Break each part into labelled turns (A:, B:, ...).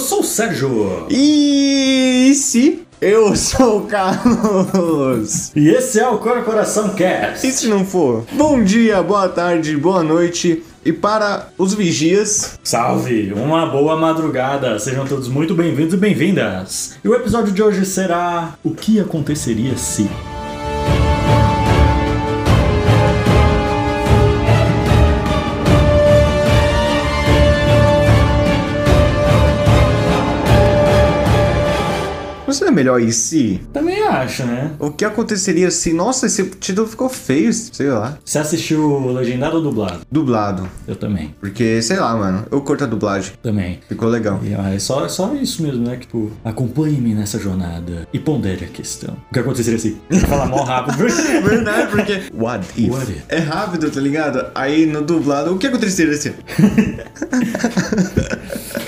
A: sou o Sérgio.
B: E se eu sou o Carlos?
A: E esse é o Corporação Cast.
B: E se não for? Bom dia, boa tarde, boa noite. E para os vigias,
A: Salve! Uma boa madrugada! Sejam todos muito bem-vindos e bem-vindas! E o episódio de hoje será O que aconteceria se?
B: você não é melhor e se?
A: Também acho, né?
B: O que aconteceria se. Nossa, esse título ficou feio, sei lá.
A: Você assistiu o Legendado ou Dublado?
B: Dublado.
A: Eu também,
B: Porque, sei lá, mano. Eu curto a dublagem.
A: também.
B: Ficou legal.
A: E ah, é só, é só isso mesmo, né? Tipo, acompanhe-me nessa jornada e pondere a questão. O que aconteceria se? Fala mó rápido.
B: É Verdade, porque. What if?
A: What if?
B: É rápido, tá ligado? Aí no dublado, o que aconteceria se?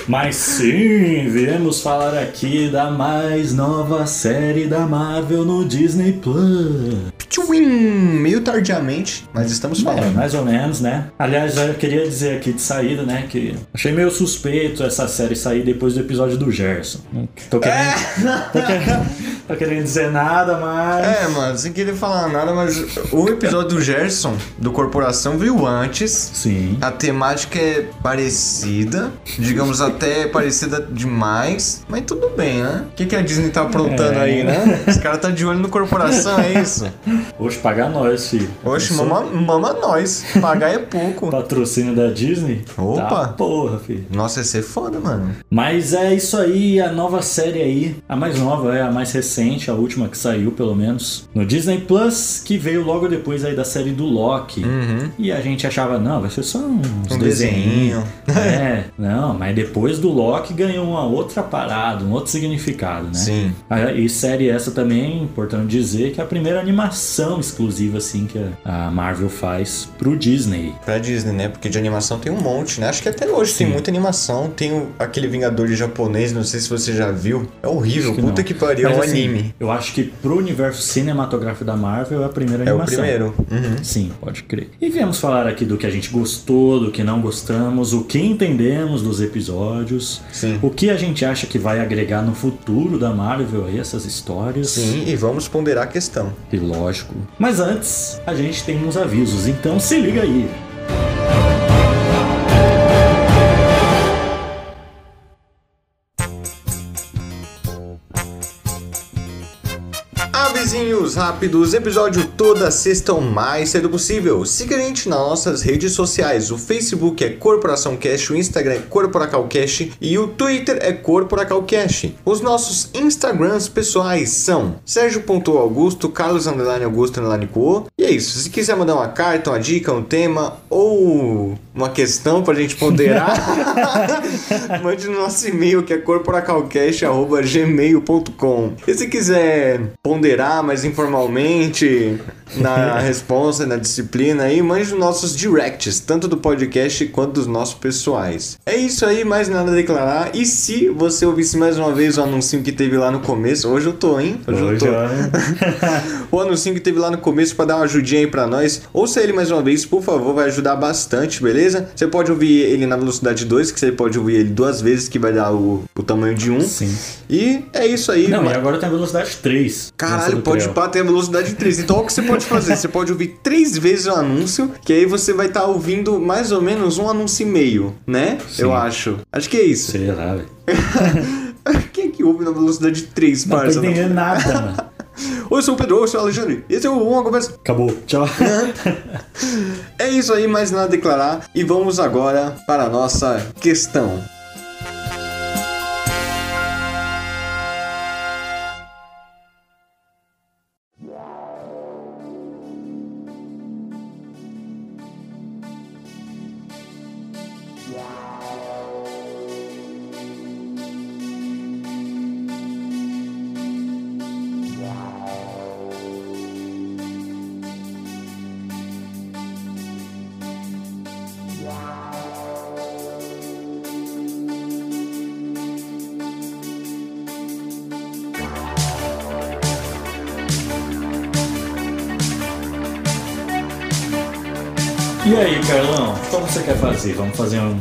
A: Mas sim, viemos falar aqui da mais nova série da Marvel no Disney Plus.
B: Tchuim! Meio tardiamente, mas estamos
A: É,
B: falando.
A: mais ou menos, né? Aliás, eu queria dizer aqui de saída, né, que achei meio suspeito essa série sair depois do episódio do Gerson. Não
B: É.
A: Tô querendo, tô querendo, tô querendo dizer nada, mas...
B: É, mano, sem querer falar nada, mas o episódio do Gerson, do Corporação, veio antes.
A: Sim.
B: A temática é parecida, digamos até parecida demais, mas tudo bem, né? O que, que a Disney tá aprontando
A: É.
B: aí, né? Os caras tá de olho no corporação, é isso?
A: Hoje pagar nós, filho.
B: Oxe,
A: Pensou?
B: mama, mama nós. Pagar é pouco.
A: Patrocínio da Disney?
B: Opa.
A: Tá porra, filho.
B: Nossa, ia ser foda, mano.
A: Mas é isso aí, a nova série aí. A mais nova, é a mais recente, a última que saiu, pelo menos. No Disney Plus, que veio logo depois aí da série do Loki.
B: Uhum.
A: E a gente achava, não, vai ser só uns
B: Um
A: desenhinhos.
B: desenho.
A: É, não, mas depois do Loki ganhou uma outra parada, um outro significado, né?
B: Sim.
A: Ah, E série essa também, importante dizer, que é a primeira animação exclusiva, assim, que a a Marvel faz pro Disney.
B: Pra Disney, né? Porque de animação tem um monte, né? Acho que até hoje tem muita animação. Tem o- aquele Vingador japonês, não sei se você já viu. É horrível,
A: Acho que
B: puta
A: não.
B: que pariu, é um
A: Mas, assim,
B: anime.
A: Eu acho que pro universo cinematográfico da Marvel é a primeira
B: É o
A: animação.
B: primeiro. Uhum.
A: Sim, pode crer. E viemos falar aqui do que a gente gostou, do que não gostamos, o que entendemos dos episódios,
B: Sim.
A: o que a gente acha que vai agregar no futuro da Marvel aí, essas histórias.
B: Sim, e vamos ponderar a questão.
A: E lógico. Mas antes, a gente tem uns avisos, então se liga aí.
B: Avezinhos rápidos, episódio toda sexta o mais cedo possível. Siga a gente nas nossas redes sociais. O Facebook é Corporação Cash, o Instagram é Corporacal Cash e o Twitter é Corporacal Cash. Os nossos Instagrams pessoais são Sérgio.Augusto, Carlos Underline Augusto Underline Co. E é isso. Se quiser mandar uma carta, uma dica, um tema ou uma questão pra gente ponderar, mande no nosso e-mail que é corporacalcast.gmail.com. E se quiser ponderar mais informalmente na resposta, na disciplina aí, mande nos nossos directs, tanto do podcast quanto dos nossos pessoais. É isso aí, mais nada a declarar. E se você ouvisse mais uma vez o anúncio que teve lá no começo, hoje eu tô, hein? Hoje, eu tô.
A: é.
B: O anuncinho que teve lá no começo pra dar uma ajudinha aí pra nós. Ouça ele mais uma vez, por favor, vai ajudar bastante, beleza? Você pode ouvir ele na velocidade 2, que você pode ouvir ele duas vezes, que vai dar o, o tamanho de 1. Um.
A: Sim.
B: E é isso aí,
A: Não,
B: mano.
A: e agora tem a velocidade 3.
B: Caralho, pode
A: parar.
B: pá, tem a velocidade 3. Então, o que você pode fazer? Você pode ouvir três vezes o anúncio, que aí você vai estar ouvindo mais ou menos um anúncio e meio, né?
A: Sim.
B: Eu acho. Acho que é isso.
A: Sei lá, velho.
B: Quem é que ouve na velocidade 3,
A: Não tô
B: parça?
A: entendendo nada, mano.
B: Oi, eu sou o Pedro, eu sou o Alexandre. Esse é o Uma Conversa
A: Acabou. Tchau.
B: É isso aí, mais nada a declarar e vamos agora para a nossa questão.
A: E aí, Carlão? Como você quer fazer? Vamos fazer um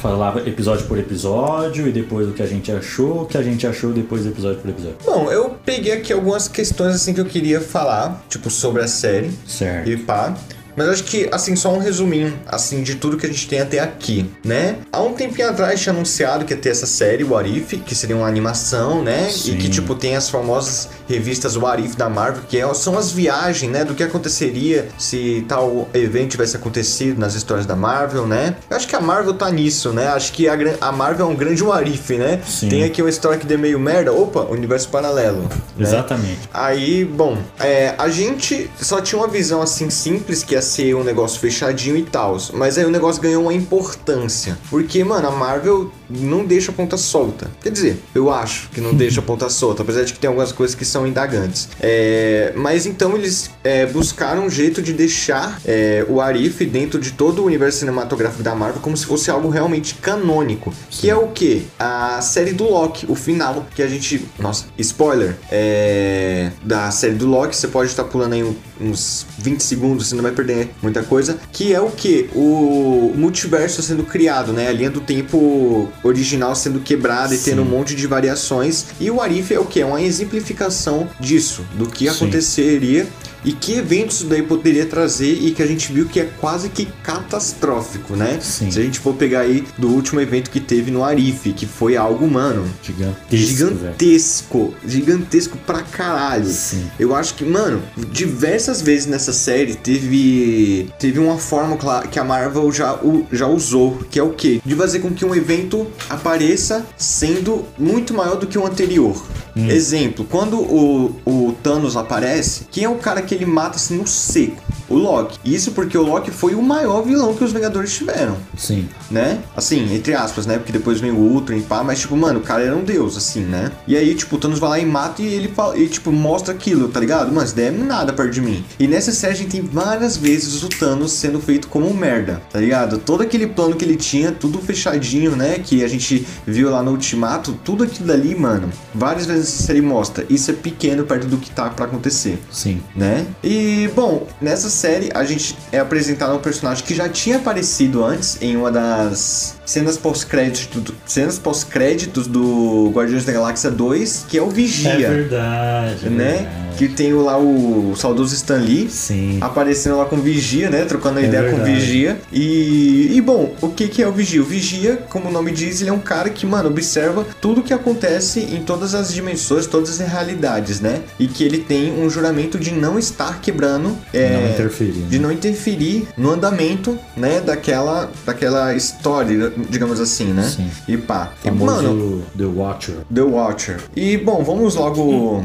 A: falava episódio por episódio e depois o que a gente achou, o que a gente achou depois episódio por episódio.
B: Bom, eu peguei aqui algumas questões assim que eu queria falar, tipo, sobre a série
A: Certo.
B: e pá. Mas eu acho que, assim, só um resuminho, assim, de tudo que a gente tem até aqui, né? Há um tempinho atrás tinha anunciado que ia ter essa série, What If, que seria uma animação, né? E
A: Sim.
B: que, tipo, tem as famosas revistas What If da Marvel, que é- são as viagens, né? Do que aconteceria se tal evento tivesse acontecido nas histórias da Marvel, né? Eu acho que a Marvel tá nisso, né? Acho que a, gran- a Marvel é um grande What If, né?
A: Sim.
B: Tem aqui uma história que deu meio merda, opa, universo paralelo. né?
A: Exatamente.
B: Aí, bom, é, a gente só tinha uma visão assim simples que ia ser um negócio fechadinho e tal. Mas aí o negócio ganhou uma importância. Porque, mano, a Marvel não deixa a ponta solta. Quer dizer, eu acho que não deixa a ponta solta, apesar de que tem algumas coisas que são indagantes. É, mas então eles é, buscaram um jeito de deixar é, o Arif dentro de todo o universo cinematográfico da Marvel como se fosse algo realmente canônico. Que é o que? A série do Loki, o final, que a gente. Nossa, spoiler. É. Da série do Loki, você pode estar pulando aí um- uns 20 segundos, você não vai perder muita coisa. Que é o que? O multiverso sendo criado, né? A linha do tempo original sendo quebrada e
A: Sim.
B: tendo um monte de variações. E o Arif é o que? É uma exemplificação disso, do que
A: Sim.
B: aconteceria. E que eventos isso daí poderia trazer e que a gente viu que é quase que catastrófico, né?
A: Sim.
B: Se a gente for pegar aí do último evento que teve no Arif, que foi algo, mano,
A: Gigantesco, velho.
B: gigantesco. Gigantesco pra caralho.
A: Sim.
B: Eu acho que, mano, diversas vezes nessa série teve teve uma forma cla- que a Marvel já, u- já usou, que é o quê? De fazer com que um evento apareça sendo muito maior do que o anterior.
A: Hum.
B: Exemplo, quando o, o Thanos aparece, quem é o cara que ele mata assim no seco? O Loki. Isso porque o Loki foi o maior vilão que os Vingadores tiveram
A: Sim.
B: né? Assim, entre aspas, né? Porque depois vem o Ultron e pá, mas tipo, mano, o cara era um deus, assim, né? E aí, tipo, o Thanos vai lá e mata e ele, fala, e, tipo, mostra aquilo, tá ligado? Mas não é nada perto de mim. E nessa série a gente tem várias vezes o Thanos sendo feito como um merda, tá ligado? Todo aquele plano que ele tinha, tudo fechadinho, né? Que a gente viu lá no Ultimato, tudo aquilo dali, mano. Várias vezes essa série mostra. Isso é pequeno perto do que tá pra acontecer
A: Sim.
B: né? E, bom, nessa série a gente é apresentado a um personagem que já tinha aparecido antes em uma das cenas pós-créditos do, cenas pós-créditos do Guardiões da Galáxia 2, que é o
A: É
B: Vigia,
A: verdade. é
B: né?
A: verdade.
B: Que tem o lá o saudoso Stan Lee
A: Sim.
B: aparecendo lá com o Vigia, né? Trocando
A: É
B: ideia com o
A: verdade.
B: Vigia. E, e, bom, o que, que é o Vigia? O Vigia, como o nome diz, ele é um cara que, mano, observa tudo que acontece em todas as dimensões, todas as realidades, né? E que ele tem um juramento de não estar quebrando. é,
A: Não interferindo.
B: de não interferir no andamento, né, daquela, daquela história, digamos assim, né?
A: Sim.
B: E pá. E,
A: Famoso
B: mano,
A: The Watcher.
B: The Watcher. E bom, vamos logo.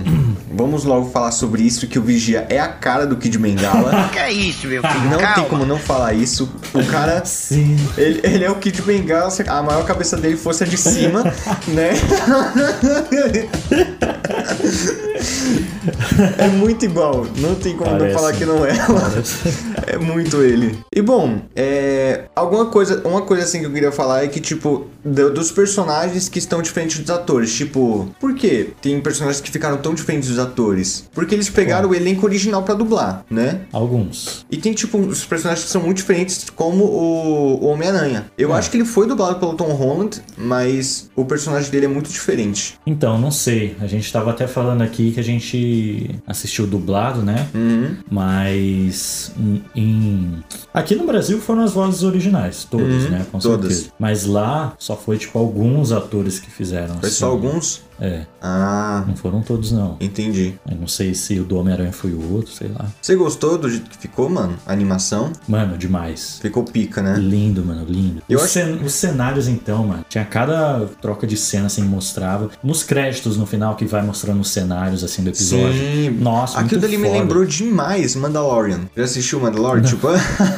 B: Vamos logo falar sobre isso, que o Vigia é a cara do Kid Bengala.
C: Que é isso, meu filho?
B: Não tem
C: Calma.
B: como não falar isso. O cara.
A: Sim.
B: Ele, ele é o Kid Bengala, se a maior cabeça dele fosse a de cima, né? é muito igual. Não tem como não
A: Parece.
B: falar que não é. É muito ele. E bom, é, alguma coisa, uma coisa assim que eu queria falar é que tipo do- dos personagens que estão diferentes dos atores, tipo, por que tem personagens que ficaram tão diferentes dos atores? Porque eles pegaram o elenco original pra dublar, né?
A: Alguns.
B: E tem, tipo, os personagens que são muito diferentes, como o, o Homem-Aranha. Eu
A: Hum.
B: acho que ele foi dublado pelo Tom Holland, mas o personagem dele é muito diferente.
A: Então, não sei. A gente tava até falando aqui que a gente assistiu dublado, né?
B: Uhum.
A: Mas em- em. Aqui no Brasil foram as vozes originais, todas,
B: Uhum,
A: né? Com
B: todas.
A: certeza. Mas lá só foi tipo alguns atores que fizeram.
B: Foi
A: assim.
B: só alguns?
A: É,
B: Ah,
A: não foram todos, não.
B: entendi.
A: Eu não sei se o do Homem-Aranha foi o outro, sei lá.
B: Você gostou do jeito que ficou, mano? A animação?
A: Mano, demais.
B: Ficou pica, né?
A: Lindo, mano, lindo.
B: Eu
A: os,
B: acho-
A: cen- os cenários, então, mano. Tinha cada troca de cena, assim, mostrava. Nos créditos no final, que vai mostrando os cenários, assim, do episódio.
B: Sim.
A: Nossa, muito
B: Aquilo dali me
A: foda.
B: lembrou demais Mandalorian. Já assistiu Mandalorian? Tipo,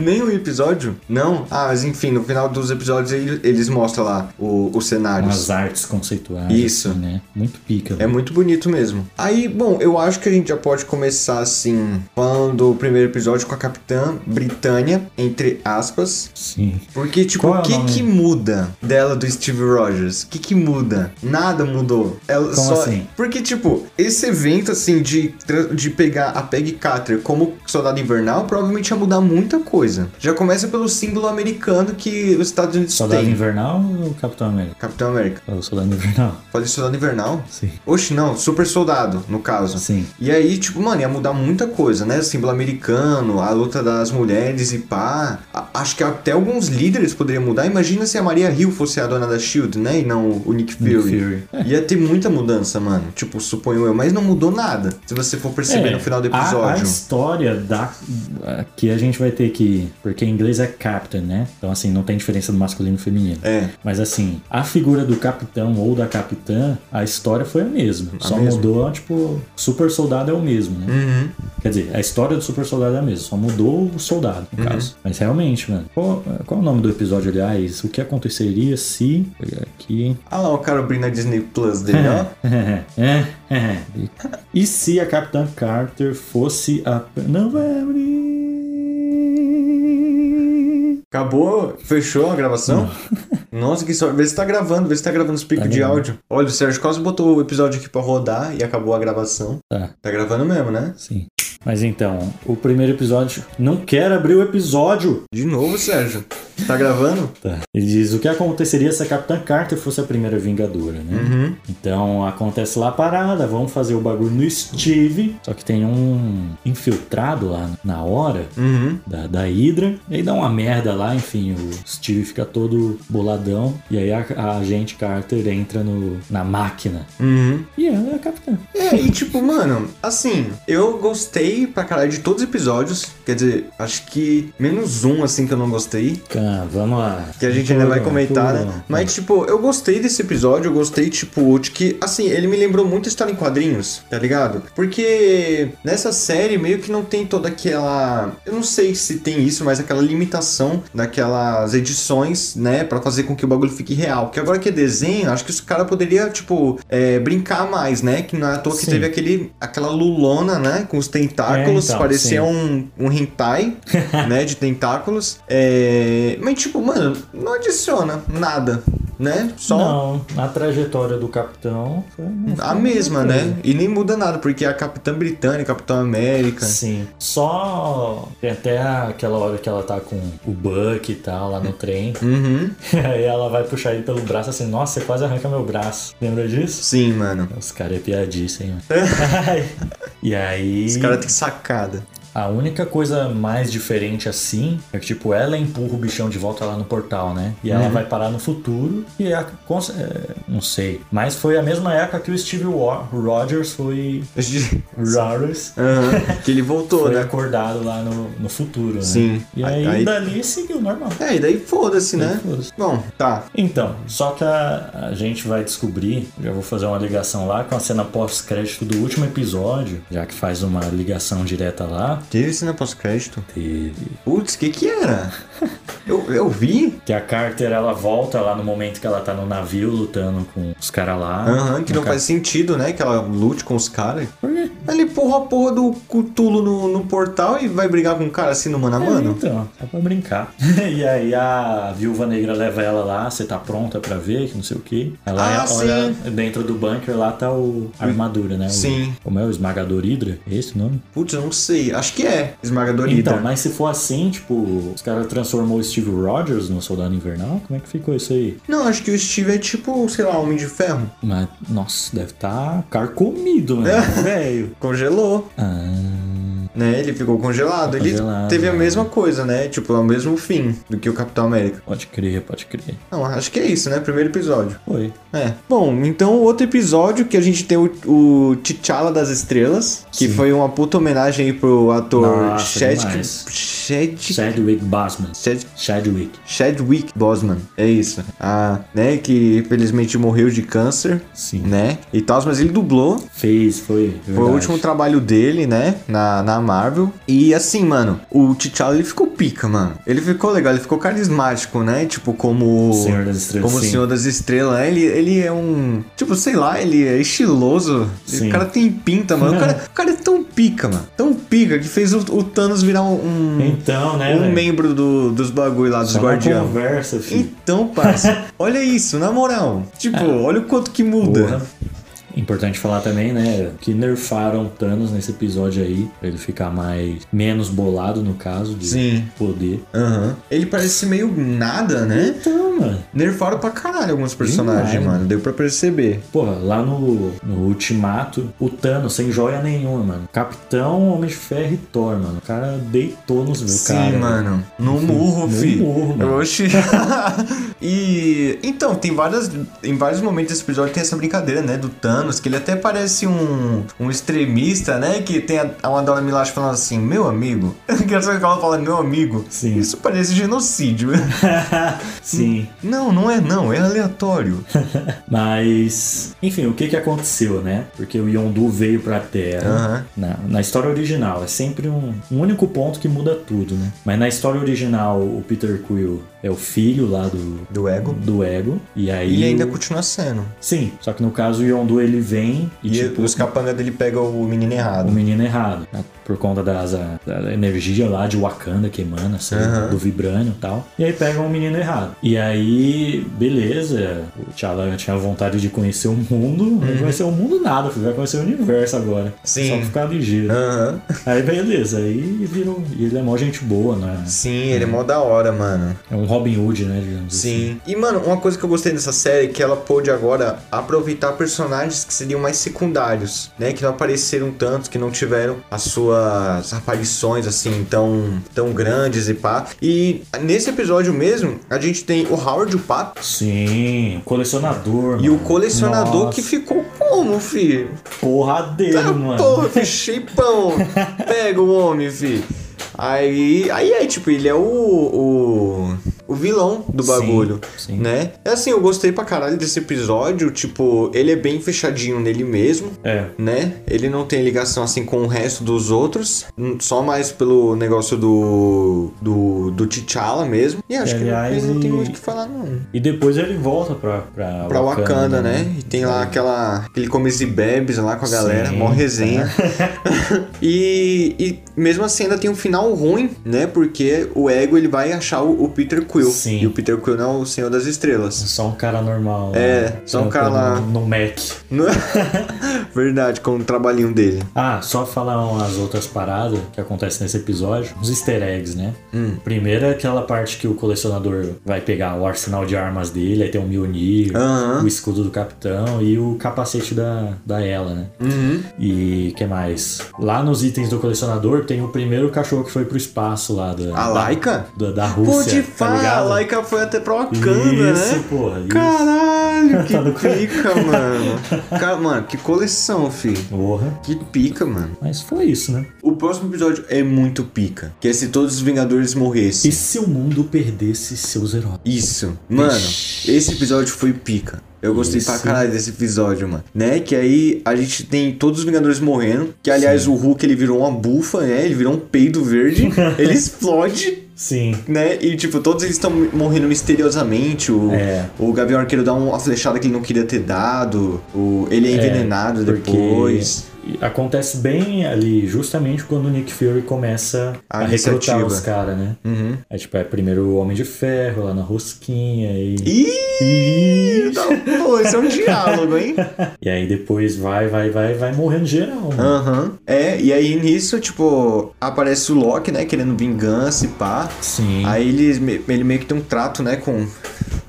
B: nem o episódio? Não? Ah, mas enfim, no final dos episódios ele- eles mostram lá o- os cenários.
A: Umas artes conceituais.
B: Isso.
A: né? Muito pica.
B: É
A: velho.
B: muito bonito mesmo. Aí, bom, eu acho que a gente já pode começar assim, falando do primeiro episódio com a Capitã Britânia, entre aspas.
A: Sim.
B: Porque, tipo,
A: Qual é
B: o
A: o
B: que
A: nome?
B: que muda dela do Steve Rogers? O que que muda? Nada mudou. Ela
A: Como
B: só...
A: assim?
B: Porque, tipo, esse evento, assim, de, tra- de pegar a Peggy Carter como soldado invernal, provavelmente ia mudar muita coisa. Já começa pelo símbolo americano que os Estados Unidos
A: Soldado
B: têm.
A: Invernal ou Capitão América?
B: Capitão América.
A: É o Soldado Invernal.
B: Falei soldado invernal?
A: Sim.
B: Oxe, não. Super soldado, no caso.
A: Sim.
B: E aí, tipo, mano, ia mudar muita coisa, né? Símbolo americano, a luta das mulheres e pá. A- acho que até alguns líderes poderiam mudar. Imagina se a Maria Hill fosse a dona da Shield, né? E não o Nick Fury.
A: Fury.
B: Ia ter muita mudança, mano. Tipo, suponho eu. Mas não mudou nada. Se você for perceber
A: É,
B: no final do
A: a- A,
B: episódio.
A: história da que a gente vai ter que, porque em inglês é captain, né? Então assim, não tem diferença do masculino e feminino.
B: É.
A: Mas assim, a figura do capitão ou da capitã, a história foi a mesma. só
B: mesma.
A: mudou, tipo, super soldado é o mesmo, né?
B: Uhum.
A: Quer dizer, a história do super soldado é a mesma, só mudou o soldado,
B: Uhum.
A: no caso. Mas realmente, mano. Qual, qual é o nome do episódio, aliás? O que aconteceria se. Vou pegar aqui.
B: Ah lá, o cara abrindo na Disney Plus
A: É.
B: dele, ó.
A: e se a Capitã Carter fosse a. Não vai abrir.
B: Acabou? Fechou a gravação? Nossa, que sorte. Vê se tá gravando, vê se tá gravando os picos
A: Tá
B: de
A: gravando.
B: áudio. Olha, o Sérgio Costa botou o episódio aqui pra rodar e acabou a gravação.
A: Tá,
B: Tá gravando mesmo, né?
A: sim. Mas então, o primeiro episódio. Não quero abrir o episódio!
B: De novo, Sérgio. Tá gravando?
A: Tá. Ele diz o que aconteceria se a Capitã Carter fosse a primeira Vingadora, né?
B: Uhum.
A: Então acontece lá a parada, vamos fazer o bagulho no Steve. Só que tem um infiltrado lá na hora
B: Uhum.
A: da, da Hydra. E aí dá uma merda lá, enfim, o Steve fica todo boladão. E aí a, a agente Carter entra no, na máquina.
B: Uhum.
A: E ela é a Capitã.
B: É, e tipo, mano, assim, eu gostei pra caralho de todos os episódios. Quer dizer, acho que menos um, assim, que eu não gostei.
A: Tá, vamos lá.
B: Que a gente ainda vai comentar, né? Mas, tipo, eu gostei desse episódio, eu gostei, tipo, de que, assim, ele me lembrou muito história em quadrinhos, tá ligado? Porque nessa série meio que não tem toda aquela. Eu não sei se tem isso, mas aquela limitação daquelas edições, né? Pra fazer com que o bagulho fique real. Porque agora que é desenho, acho que os cara poderia, tipo, é, brincar mais, né? Que não é à toa que
A: Sim.
B: teve aquele, aquela lulona, né? Com os tentáculos,
A: É, então,
B: parecia
A: sim.
B: um, um hentai, né? De tentáculos. É... Mas, tipo, mano, não adiciona nada, né? Só
A: Não, a trajetória do Capitão foi
B: a mesma, né? E nem muda nada, porque é a Capitã Britânica, Capitão América.
A: Sim. Só tem até aquela hora que ela tá com o Buck e tal lá no trem.
B: Uhum.
A: Aí ela vai puxar ele pelo braço assim, nossa, você quase arranca meu braço. Lembra disso?
B: Sim, mano.
A: Os caras é piadice, hein? mano? e aí.
B: Esse cara tem sacada.
A: A única coisa mais diferente assim é que, tipo, ela empurra o bichão de volta lá no portal, né? E ela vai parar no futuro e é, a cons- é, não sei. Mas foi a mesma época que o Steve Wa- Rogers foi. Rogers
B: Aham. Que ele voltou,
A: foi tá
B: né?
A: acordado lá no, no futuro, né?
B: Sim.
A: E aí, dali seguiu normal.
B: É, e daí foda-se, né?
A: Foda-se.
B: Bom, tá.
A: Então, só que a, a gente vai descobrir, já vou fazer uma ligação lá com a cena pós-crédito do último episódio, já que faz uma ligação direta lá.
B: Teve cena pós-crédito?
A: Teve.
B: Putz, o que que era? Eu, eu vi?
A: Que a Carter ela volta lá no momento que ela tá no navio lutando com os caras lá.
B: Aham, que
A: No
B: não
A: ca-
B: faz sentido, né? Que ela lute com os caras.
A: Por quê?
B: Ele empurra a porra do cutulo no, no portal e vai brigar com um cara assim no mano a
A: É,
B: mano?
A: Então, só pra brincar. e aí a viúva negra leva ela lá, você tá pronta pra ver, que não sei o que. Ela
B: Ah,
A: olha dentro do bunker, lá tá o a armadura, né? O-
B: Sim.
A: como é o esmagador Hydra? É esse o nome?
B: Putz, eu não sei. Acho que é. Esmagador
A: Então,
B: Hydra.
A: mas se for assim, tipo, os caras transformou o Steve Rogers no Soldado Invernal? Como é que ficou isso aí?
B: Não, acho que o Steve é tipo, sei lá, Homem de Ferro.
A: Mas, nossa, deve tá carcomido, né? Velho.
B: Congelou,
A: Ah,
B: né? Ele ficou congelado. Ele
A: Congelado,
B: teve a
A: né?
B: mesma coisa, né? Tipo, é o mesmo fim do que o Capitão América.
A: pode crer, pode crer.
B: Não, acho que é isso, né? Primeiro episódio.
A: Foi.
B: É. Bom, então outro episódio que a gente tem o, o T'Challa das Estrelas, que
A: Sim.
B: foi uma puta homenagem aí pro ator
A: Nossa,
B: Chadwick.
A: demais.
B: Chadwick.
A: Chadwick Boseman.
B: Chad-
A: Chadwick.
B: Chadwick Bosman, é isso. Ah, né, que infelizmente morreu de câncer,
A: Sim.
B: né? E tal, mas ele dublou.
A: Fez, foi. é
B: Foi o último trabalho dele, né? Na, na Marvel. E assim, mano, o T'Challa ele ficou pica, mano. Ele ficou legal, ele ficou carismático, né? Tipo, como.
A: Senhor das Estrelas,
B: Como o
A: sim.
B: Senhor das Estrelas. né? Ele, ele é um. Tipo, sei lá, ele é estiloso.
A: Sim.
B: O cara tem pinta, mano. O cara, o cara é tão pica, mano. Tão pica que fez o, o Thanos virar um. um-
A: Então, né,
B: um
A: velho?
B: membro do- dos bagulho lá, dos
A: Só uma
B: guardiões.
A: conversa, filho.
B: Então, parça, olha isso, na moral. Tipo, olha o quanto que muda.
A: Porra. Importante falar também, né? Que nerfaram o Thanos nesse episódio aí, pra ele ficar mais menos bolado, no caso, de
B: Sim.
A: poder.
B: Aham. Ele parece meio nada, né?
A: Então, mano.
B: Nerfaram pra caralho alguns personagens,
A: Demais.
B: mano. Deu pra perceber.
A: Porra, lá no, no Ultimato, o Thanos sem joia nenhuma, mano. Capitão, Homem de Ferro e Thor, mano. O cara deitou nos meus
B: Sim,
A: caras.
B: mano. No murro,
A: No
B: fi.
A: murro, mano.
B: Oxi. e. Então, tem várias. Em vários momentos desse episódio tem essa brincadeira, né? Do Thanos, que ele até parece um, um extremista, né? Que tem a, a Madonna Milaje falando assim, meu amigo. Eu quero saber que ela fala, meu amigo.
A: Sim.
B: Isso parece genocídio.
A: Sim.
B: não, não é não, é aleatório.
A: Mas, enfim, o que que aconteceu, né? Porque o Yondu veio pra
B: Aham.
A: Terra. Na, na história original, é sempre um, um único ponto que muda tudo, né? Mas na história original, o Peter Quill é o filho lá do...
B: Do ego.
A: Do Ego. E aí...
B: Ele ainda
A: o-
B: continua sendo.
A: Sim, só que no caso o Yondu ele vem e,
B: E
A: tipo...
B: os capanga dele pegam o menino
A: o
B: errado.
A: menino errado, né? por conta das, a- da energia lá de Wakanda que emana, assim,
B: Aham.
A: do vibrânio e tal. E aí pegam o menino errado. E aí, beleza, o T'Challa tinha vontade de conhecer o mundo, não vai conhecer o mundo nada, filho, vai conhecer o universo agora.
B: Uhum.
A: É
B: Sim.
A: Só ficar ligeiro.
B: Aham.
A: Aí beleza, aí virou. E ele é mó gente boa, né?
B: Sim, ele é mó da hora, mano.
A: É um Robin Hood, né, digamos assim.
B: Sim. E, mano, uma coisa que eu gostei dessa série é que ela pôde agora aproveitar personagens que seriam mais secundários, né? Que não apareceram tanto, que não tiveram as suas aparições, assim, tão, tão grandes e pá. E nesse episódio mesmo, a gente tem o Howard o Pato
A: Sim, o colecionador.
B: e o
A: mano.
B: colecionador
A: Nossa,
B: que ficou como, fi?
A: Porradeiro,
B: Tá,
A: mano.
B: porra, fi, chipão. Pega o homem, fi. Aí, aí é, tipo, ele é o, o, o vilão do
A: Sim,
B: bagulho,
A: sim.
B: né? É assim, eu gostei pra caralho desse episódio, tipo, ele é bem fechadinho nele mesmo,
A: É.
B: né? Ele não tem ligação, assim, com o resto dos outros, hum, só mais pelo negócio do, do, do T'Challa mesmo. E acho
A: E,
B: que não,
A: aliás,
B: ele não tem
A: e-
B: muito o que falar, não.
A: E depois ele volta pra, pra,
B: Pra Wakanda, né? E tem lá aquela, aquele comes e bebes lá com a galera,
A: Sim.
B: mó resenha. e, e mesmo assim ainda tem um final ruim, né? Porque o Ego ele vai achar o, o Peter Quill.
A: Sim.
B: E o Peter Quill não é o Senhor das Estrelas.
A: Só um cara normal.
B: É,
A: né?
B: só um cara lá.
A: No, no Mac.
B: Não é? Verdade, com o trabalhinho dele.
A: Ah, só falar umas outras paradas que acontecem nesse episódio. Uns easter eggs, né?
B: Hum.
A: Primeiro é aquela parte que o colecionador vai pegar o arsenal de armas dele, aí tem o Mjolnir,
B: Aham.
A: o escudo do capitão e o capacete da, da ela, né?
B: Uhum.
A: E que mais? Lá nos itens do colecionador tem o primeiro cachorro que foi pro espaço lá da,
B: A Laika?
A: da, da
B: Ah, Pô,
A: Rússia.
B: de
A: tá
B: fato, a
A: ligado?
B: Laika foi até pra Wakanda,
A: Isso,
B: né?
A: porra. Isso.
B: Caralho, que
A: Tá no cu.
B: pica, mano. Cara, mano, que coleção, fi.
A: Porra.
B: Que pica, mano.
A: Mas foi isso, né?
B: O próximo episódio é muito pica. Que é se todos os Vingadores morressem.
A: E se o mundo perdesse seus heróis?
B: Isso. Mano, esse episódio foi pica. Eu gostei pra
A: Esse-
B: caralho desse episódio, mano. Né? Que aí a gente tem todos os Vingadores morrendo. Que aliás o Hulk ele virou uma bufa, né? Ele virou um peido verde. ele explode,
A: Sim.
B: né? E tipo, todos eles estão morrendo misteriosamente. O,
A: É.
B: o Gavião Arqueiro dá uma flechada que ele não queria ter dado. O, ele é envenenado
A: porque
B: depois.
A: Acontece bem ali, justamente quando o Nick Fury começa
B: A
A: a, recrutar
B: iniciativa.
A: os caras, né?
B: Uhum.
A: É tipo, é primeiro o Homem de Ferro lá na rosquinha e.
B: Ih!
A: E,
B: Tá, pô, esse é um diálogo, hein?
A: e aí depois vai, vai, vai, vai morrendo geral. mano.
B: Aham. É, e aí nisso, tipo, aparece o Loki, né, querendo vingança e pá.
A: Sim.
B: Ah, Aí ele, me- ele meio que tem um trato, né, com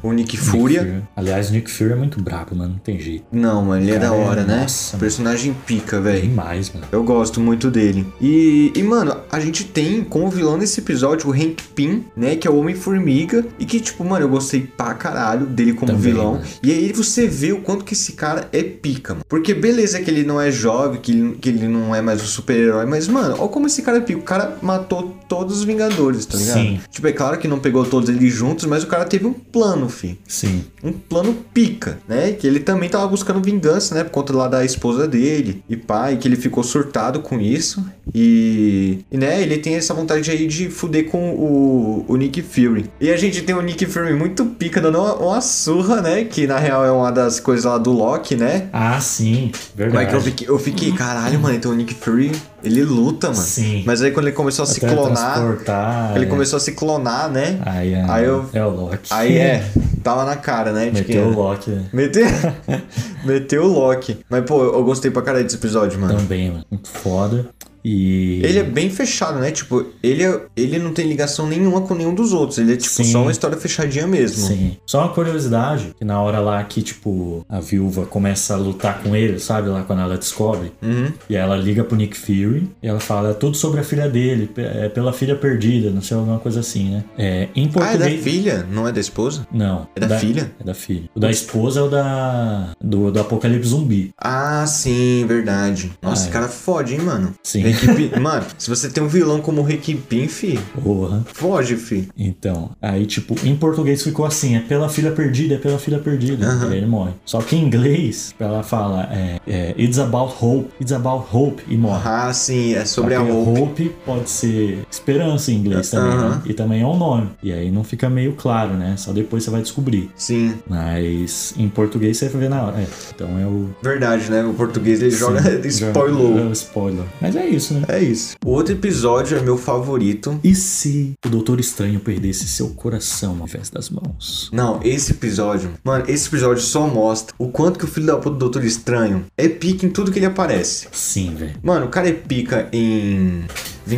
B: o Nick
A: Nick
B: Fúria.
A: Fury. Aliás, o Nick Fury é muito brabo, mano. Não tem jeito.
B: Não, mano, ele é da
A: Cara,
B: hora, né?
A: nossa,
B: Personagem pica, velho.
A: Demais, mano.
B: Eu gosto muito dele. E, e, mano, a gente tem como vilão nesse episódio o Hank Pym, né? Que é o Homem-Formiga. E que, tipo, mano, eu gostei pra caralho dele como
A: Também,
B: vilão.
A: né?
B: E aí você vê o quanto que esse cara é pica, mano. Porque beleza que ele não é jovem, que ele, que ele não é mais o super-herói, mas, mano, olha como esse cara é pica. O cara matou todos os Vingadores, tá ligado?
A: Sim.
B: Tipo, é claro que não pegou todos eles juntos, mas o cara teve um plano, fi
A: Sim.
B: um plano pica, né? Que ele também tava buscando vingança, né? Por conta lá da esposa dele e pai, que ele ficou surtado com isso. E, e, né? Ele tem essa vontade aí de fuder com o, o Nick Fury. E a gente tem o Nick Fury muito pica, dando uma, uma surra, né? Que na real é uma das coisas lá do Loki, né?
A: Ah, sim.
B: Mas
A: Verdade.
B: é que eu fiquei, eu fiquei, caralho, mano, então o Nick Fury, ele luta, mano.
A: Sim.
B: Mas aí quando ele começou a se clonar,
A: Teletransportar,
B: ele
A: é.
B: começou a se clonar, né?
A: Aí, é,
B: Aí eu-
A: é o Loki.
B: Aí é, tava na cara, né? de quem
A: Meteu
B: era.
A: o Loki né?
B: Meteu, meteu o Loki. Mas, pô, eu gostei pra caralho desse episódio, mano.
A: também, mano. Muito foda. E.
B: Ele é bem fechado, né? Tipo, ele, é- ele não tem ligação nenhuma com nenhum dos outros. Ele é, tipo,
A: Sim.
B: só uma história fechadinha mesmo.
A: Sim. Só uma curiosidade, que na hora lá que, tipo, a viúva começa a lutar com ele, sabe? Lá quando ela descobre.
B: Uhum.
A: E ela liga pro Nick Fury e ela fala "É tudo sobre a filha dele, pe- é, pela filha perdida, não sei, alguma coisa assim, né? É, em
B: Ah, é da
A: português.
B: filha? Não é da esposa?
A: Não.
B: É da filha?
A: É da filha. O da esposa é o da. Do, do Apocalipse Zumbi.
B: Ah, sim, verdade.
A: Ah,
B: Nossa, esse cara fode, hein, mano?
A: Sim.
B: Rick Pin- mano, se você tem um vilão como o Rick Pin, fi,
A: Porra.
B: foge, fi.
A: Então, aí tipo, em português ficou assim, é pela filha perdida, é pela filha perdida.
B: Aham.
A: E aí ele morre. Só que em inglês, ela fala, é, é, it's about hope, it's about hope, e morre.
B: Ah, sim, é
A: Só
B: sobre a
A: que
B: roupa.
A: pode ser esperança em inglês também,
B: Aham.
A: né? E também é um nome. E aí não fica meio claro, né? Só depois você vai descobrir.
B: Sim,
A: Mas em português você vai ver na hora. É, então é o.
B: verdade, né? O português ele joga
A: É
B: spoiler.
A: o spoiler. Mas é isso, né?
B: É isso. O outro episódio é meu favorito.
A: E se o Doutor Estranho perdesse seu coração ao invés das mãos?
B: Não, esse episódio, mano, esse episódio só mostra o quanto que o filho da puta do Doutor Estranho é pica em tudo que ele aparece.
A: Sim, velho.
B: Mano, o cara é pica em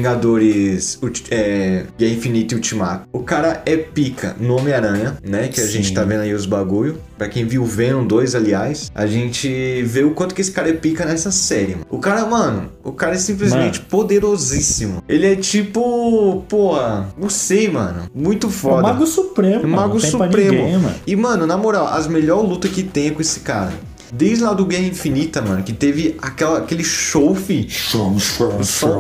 B: Vingadores, Ulti- é, Guerra Infinita e Ultimato. O cara é pica no Homem-Aranha, né? Que a gente
A: Sim.
B: tá vendo aí os bagulho. Pra quem viu Venom 2, aliás, a gente vê o quanto que esse cara é pica nessa série. Mano. O cara, mano, o cara é simplesmente poderosíssimo. Ele é tipo, pô, não sei, mano. Muito
A: É O
B: foda.
A: Mago Supremo.
B: O
A: mano.
B: Mago
A: não tem pra
B: Supremo.
A: Ninguém, mano.
B: E, mano, na moral, as melhores lutas que tem é com esse cara. Desde lá do Guerra Infinita, mano, que teve aquela, aquele show, fi. Só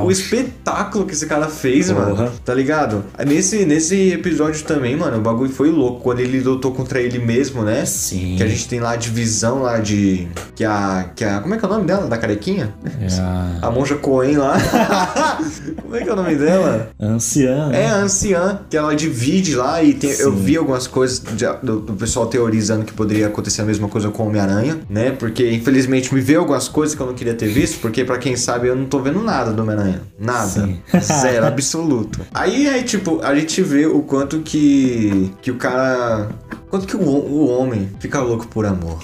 B: o espetáculo que esse cara fez,
A: Porra.
B: mano. Tá ligado? Nesse, nesse episódio também, mano, o bagulho foi louco. Quando ele lutou contra ele mesmo, né?
A: Sim.
B: Que a gente tem lá a divisão lá de. Que a. Que a. Como é que é o nome dela? Da carequinha?
A: É a
B: A monja Coen lá. como é que é o nome dela?
A: anciã. né?
B: É a anciã, que ela divide lá e tem- eu
A: Sim.
B: vi algumas coisas de- do, do pessoal teorizando que poderia acontecer a mesma coisa com o Homem-Aranha, né? Porque infelizmente me veio algumas coisas que eu não queria ter visto, porque pra quem sabe eu não tô vendo nada do Homem-Aranha. Nada.
A: Sim.
B: Zero, absoluto. Aí, aí, tipo, a gente vê o quanto que, que o cara. Quanto que o, o homem fica louco por amor.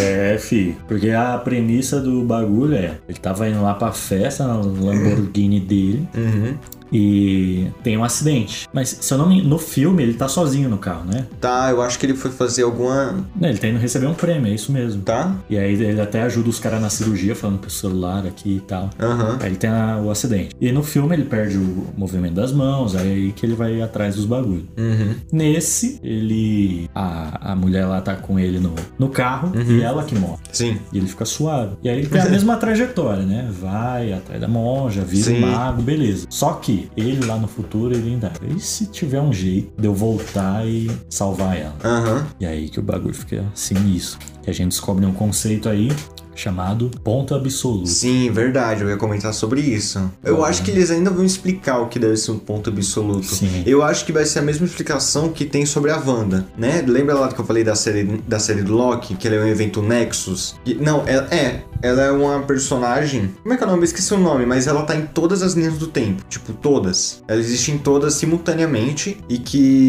A: É, fi. Porque a premissa do bagulho é: ele tava indo lá pra festa, na Lamborghini dele,
B: Uhum.
A: e tem um acidente. Mas, se eu não me. No filme, ele tá sozinho no carro, né?
B: Tá, eu acho que ele foi fazer alguma.
A: Né, Ele tá indo receber um prêmio, é isso mesmo.
B: Tá?
A: E aí ele até ajuda os caras na cirurgia, falando pro celular aqui e tal.
B: Aham.
A: Aí ele tem a- o acidente. E no filme ele perde o movimento das mãos, aí que ele vai atrás dos bagulhos.
B: Uhum.
A: Nesse, ele. A, a mulher lá tá com ele no, no carro e ela que morre.
B: Sim.
A: E ele fica suave. E aí ele tem a mesma trajetória, né? Vai atrás da monja, vira
B: Sim.
A: um mago, beleza. Só que ele lá no futuro, ele ainda. E se tiver um jeito de eu voltar e salvar ela?
B: Aham.
A: E é aí que o bagulho fica sinistro. E a gente descobre um conceito aí chamado ponto absoluto.
B: Sim, verdade, eu ia comentar sobre isso. Eu
A: Uhum.
B: acho que eles ainda vão explicar o que deve ser um ponto absoluto.
A: Sim.
B: Eu acho que vai ser a mesma explicação que tem sobre a Wanda, né? Lembra lá que eu falei da série, da série do Loki, que ela é um evento Nexus? E- não, ela é. Ela é uma personagem. Como é que é o nome? Eu esqueci o nome, mas ela tá em todas as linhas do tempo. Tipo, todas. Ela existe em todas simultaneamente. E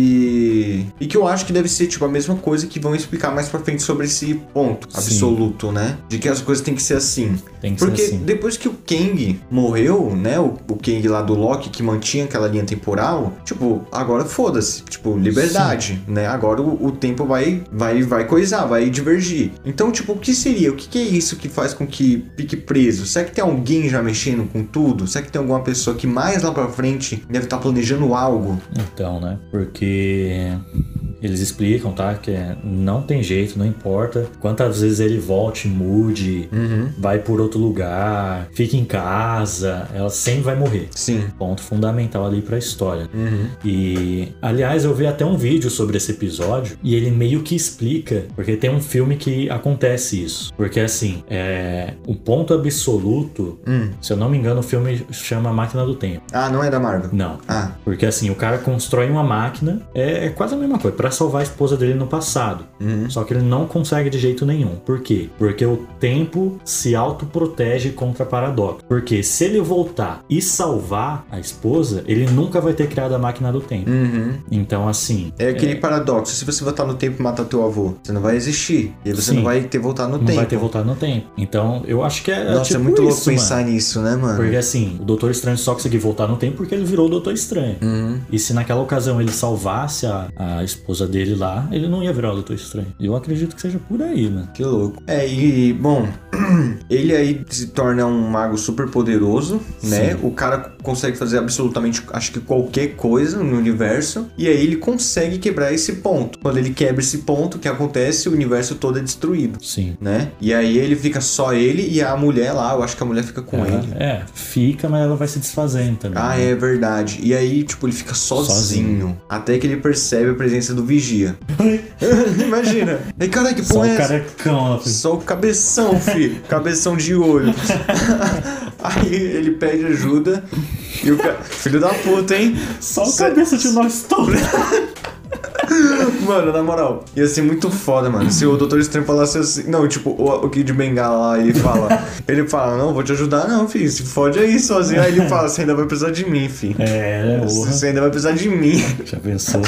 B: que. E que eu acho que deve ser, tipo, a mesma coisa que vão explicar mais pra frente sobre esse ponto
A: Sim.
B: absoluto, né? De que as coisas têm que ser assim.
A: Tem que
B: Porque
A: ser assim.
B: depois que o Kang morreu, né? O, o Kang lá do Loki que mantinha aquela linha temporal, tipo, agora foda-se, tipo, liberdade, né? Agora o, o tempo vai vai vai coisar, vai divergir. Então, tipo, o que seria? O que, que é isso que faz com que fique preso? Será que tem alguém já mexendo com tudo? Será que tem alguma tá pessoa que mais lá pra frente deve estar planejando algo?
A: Então, né? Porque eles explicam, tá? Que é, não tem jeito, não importa quantas vezes ele volte, mude, vai por outro lugar, fica em casa, ela sempre vai morrer.
B: Sim.
A: Ponto fundamental ali pra história. E, aliás, eu vi até um vídeo sobre esse episódio e ele meio que explica, porque tem um filme que acontece isso. Porque, assim, é, o ponto absoluto,
B: Hum.
A: se eu não me engano, o filme chama Máquina do Tempo.
B: Ah, não é da Marvel.
A: Não.
B: Ah,
A: Porque assim, o cara constrói uma máquina, é, é quase a mesma coisa, pra salvar a esposa dele no passado.
B: uhum.
A: Só que ele não consegue de jeito nenhum. Por quê? Porque o tempo se autoprotege contra paradoxo. Porque se ele voltar e salvar a esposa, ele nunca vai ter criado a máquina do tempo.
B: Uhum.
A: Então, assim,
B: É aquele paradoxo. Se você voltar no tempo e matar teu avô, você não vai existir. E aí você
A: Sim.
B: não vai ter voltado É no
A: não
B: tempo.
A: vai ter voltado no tempo. Então, eu acho que é.
B: Nossa,
A: tipo
B: é muito louco
A: isso,
B: pensar
A: mano.
B: nisso, né, mano?
A: Porque assim, o Doutor Estranho só conseguiu voltar no tempo porque ele virou o Doutor Estranho.
B: Uhum.
A: E se naquela ocasião ele salvasse a, a esposa dele lá, ele não ia virar o Doutor Estranho. Eu acredito que seja por aí, né? mano.
B: Que louco. É, e, bom, ele aí se torna um mago super poderoso, né? O cara consegue fazer absolutamente, acho que qualquer coisa no universo. E aí ele consegue quebrar esse ponto. Quando ele quebra esse ponto, o que acontece? O universo todo é destruído,
A: Sim.
B: né? E aí ele fica só ele e a mulher lá. Eu acho que a mulher fica com
A: Ela-
B: ele.
A: é, fica, mas ela vai se desfazendo também.
B: Ah,
A: né?
B: é verdade. E aí, tipo, ele fica sozinho.
A: Sozinho.
B: Até que ele percebe a presença do vigia. Imagina. E cara, que
A: Só
B: porra é
A: o
B: essa?
A: carecão. ela fez-
B: Só o cabeção, fi. cabeção de olho. Aí ele pede ajuda. E o ca... Filho da puta, hein?
A: Só o
B: Cê-
A: cabeça de nós todos.
B: Mano, na moral, ia ser muito foda, mano. Se o Doutor Estranho falasse assim. Não, tipo, o, o Kid Bengala lá, ele fala. Ele fala, não, vou te ajudar, não, filho. Se fode aí sozinho. Aí ele fala, você ainda vai precisar de mim, fi.
A: É, porra.
B: Você ainda vai precisar de mim.
A: Já pensou?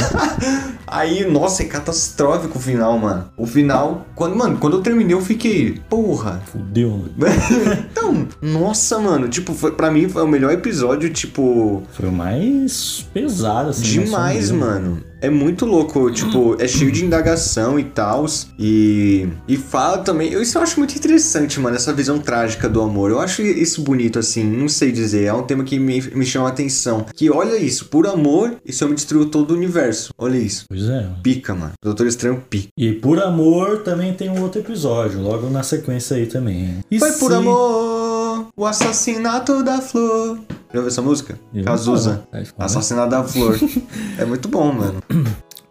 B: Aí, nossa, é catastrófico o final, mano. O final, quando, mano, quando eu terminei, eu fiquei, porra,
A: Fudeu, né? mano.
B: então, nossa, mano, tipo, foi, pra mim foi o melhor episódio, tipo,
A: Foi o mais pesado, assim. mais
B: demais,
A: sombrio.
B: mano. É muito louco, tipo, é cheio de indagação e tal. E, e fala também. eu- Isso eu acho muito interessante, mano, essa visão trágica do amor. Eu acho isso bonito, assim, não sei dizer. É um tema que me, me chama a atenção. Que olha isso, por amor, isso eu me destruiu todo o universo. Olha isso.
A: Pois é. mano.
B: Pica, mano. Doutor Estranho pica.
A: E por amor também tem um outro episódio, logo na sequência aí também. E
B: Foi por
A: se-
B: amor, o assassinato da flor. Já ouviu essa música?
A: Eu não
B: Cazuza.
A: falo. Aí ficou, né?
B: Assassinato da Flor. é muito bom, mano.
A: né?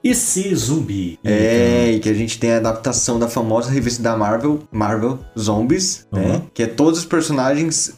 A: E se zumbi?
B: É, e que a gente tem a adaptação da famosa revista da Marvel, Marvel Zombies, né?
A: Uhum.
B: Que é todos os personagens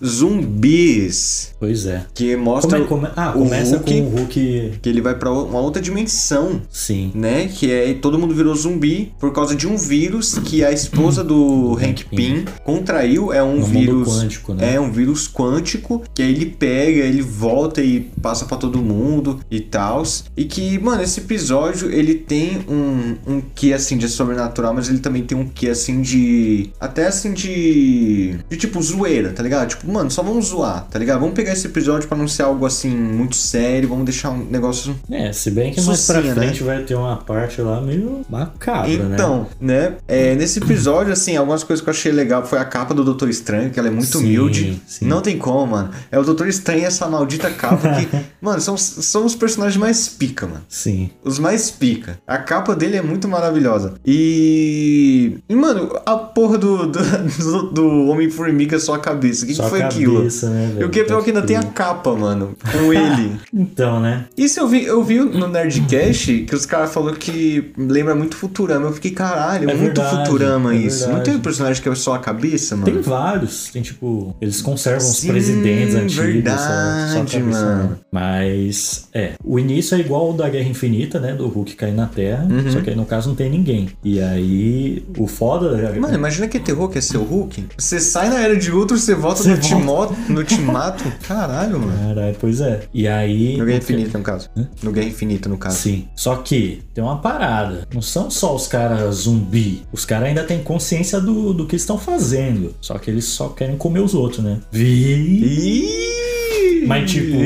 B: zumbis.
A: Pois é.
B: Que
A: Como
B: mostra
A: é, come... Ah,
B: o
A: começa com
B: Hulk-
A: o Hulk.
B: que ele vai pra uma outra dimensão.
A: Sim.
B: Né? Que é todo mundo virou zumbi por causa de um vírus que a esposa do Hank
A: Uhum. Hank
B: Pym contraiu. É um
A: no
B: vírus.
A: mundo quântico, né?
B: É um vírus quântico que aí ele pega, ele volta e passa pra todo mundo e tal. E que, mano, esse episódio ele tem um, um que assim de sobrenatural, mas ele também tem um que assim de. Até assim de. De tipo zoeira, tá ligado? Tipo, mano, só vamos zoar, tá ligado? Vamos pegar esse episódio pra não ser algo assim muito sério, vamos deixar um negócio.
A: É, se bem que mais pra
B: Sucinha, né?
A: frente vai ter uma parte lá meio macabra, né?
B: então, né? É, nesse episódio, assim, algumas coisas que eu achei legal foi a capa do Doutor Estranho, que ela é
A: Sim,
B: muito humilde.
A: sim.
B: Não tem como, mano. É o Doutor Estranho e essa maldita capa que. mano, são, são os personagens mais pica, mano.
A: Sim.
B: Os mais pica. A capa dele é muito maravilhosa. E. E, mano, a porra do, do, do Homem-Formiga só a cabeça. O que,
A: Só
B: que foi
A: a
B: aquilo?
A: cabeça, né,
B: E
A: velho?
B: o que é pior que ainda tem a capa, mano, com ele.
A: Então, né?
B: Isso eu vi, eu vi no Nerdcast que os caras falaram que lembra muito Futurama. Eu fiquei, caralho, é
A: É
B: muito
A: verdade,
B: Futurama
A: é
B: isso. Não
A: verdade.
B: tem um personagem que é só a cabeça, mano?
A: Tem um vários. Tem tipo. Eles conservam os
B: Sim,
A: presidentes antigos.
B: verdade,
A: só, só cabeça,
B: mano.
A: né? Mas. É. O início é igual o da Guerra Infinita, né? Do Hulk cair na Terra. Só que aí no caso não tem ninguém. E aí. O foda.
B: Mano, imagina que terror que é seu Hulk. Você sai na era de outro, você volta no, Timó, no Timato. Caralho, mano.
A: Caralho, pois é. E aí.
B: No Guerra Infinita, no caso. No Guerra Infinita, no caso.
A: Sim. Só que tem uma parada. Não são só os caras zumbi. Os caras ainda têm consciência do, do que estão fazendo. Só que eles só querem comer os outros, né? Vi.
B: Ih!
A: Mas, tipo,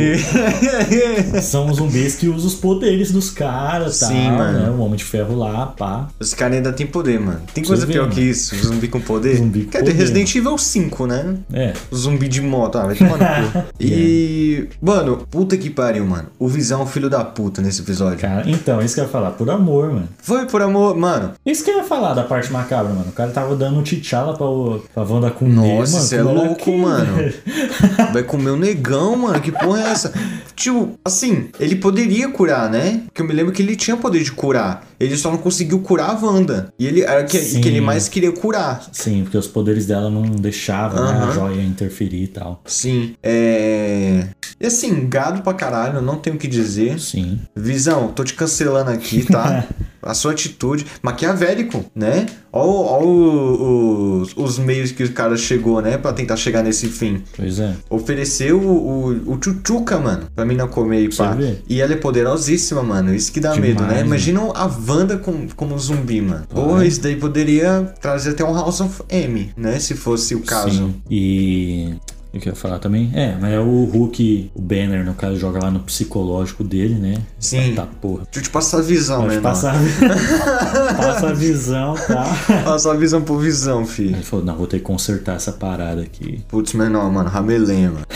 A: são zumbis que usam os poderes dos caras, tá?
B: Sim, mano.
A: Né? O Homem de Ferro lá, pá.
B: Os caras ainda têm poder, mano. Tem
A: Você
B: coisa
A: vê,
B: pior
A: mano.
B: que isso. Zumbi com poder.
A: Zumbi com
B: Cadê
A: poder,
B: Resident Evil 5, né?
A: É.
B: Zumbi de moto, ah, vai tomar no cu. E. Mano, puta que pariu, mano. O Visão é um filho da puta nesse episódio.
A: Cara, então, isso que eu ia falar, por amor, mano.
B: Foi por amor. Mano,
A: Isso que eu ia falar da parte macabra, mano. O cara tava dando um tchala pra, o- pra Wanda comer, mano.
B: Nossa, isso é
A: Aquilo era
B: louco,
A: que-
B: mano. vai comer o negão, mano. Que porra é essa? Tipo, assim, ele poderia curar, né? Que eu me lembro que ele tinha poder de curar. Ele só não conseguiu curar a Wanda. E ele era que,
A: Sim.
B: que ele mais queria curar.
A: Sim, porque os poderes dela não deixavam né, a
B: Aham.
A: joia interferir e tal.
B: Sim. É. E assim, gado pra caralho, não tenho o que dizer.
A: Sim.
B: Visão, tô te cancelando aqui, tá? A sua atitude, maquiavélico, né? Ó, o- ó o- os, os meios que o cara chegou, né? Pra tentar chegar nesse fim.
A: Pois é.
B: Ofereceu o, o, o tchutchuca, mano, pra mina comer e
A: Você
B: pá.
A: vê?
B: E ela é poderosíssima, mano. Isso que dá
A: Demais,
B: medo, né?
A: mano. né?
B: Imagina a Wanda com, como um zumbi, mano. Porra, isso daí poderia trazer até um House of M, né? Se fosse o caso.
A: Sim. E. O que eu ia falar também? É, mas é o Hulk, o Banner, no caso, joga lá no psicológico dele, né?
B: Sim.
A: Tá, porra.
B: Deixa eu te passar a visão,
A: Pode
B: né?
A: passar, passa a visão, tá?
B: Passar a visão por visão, fi.
A: Ele falou, não, vou ter que consertar essa parada aqui.
B: Putz, menor, mano. Ramelém, mano.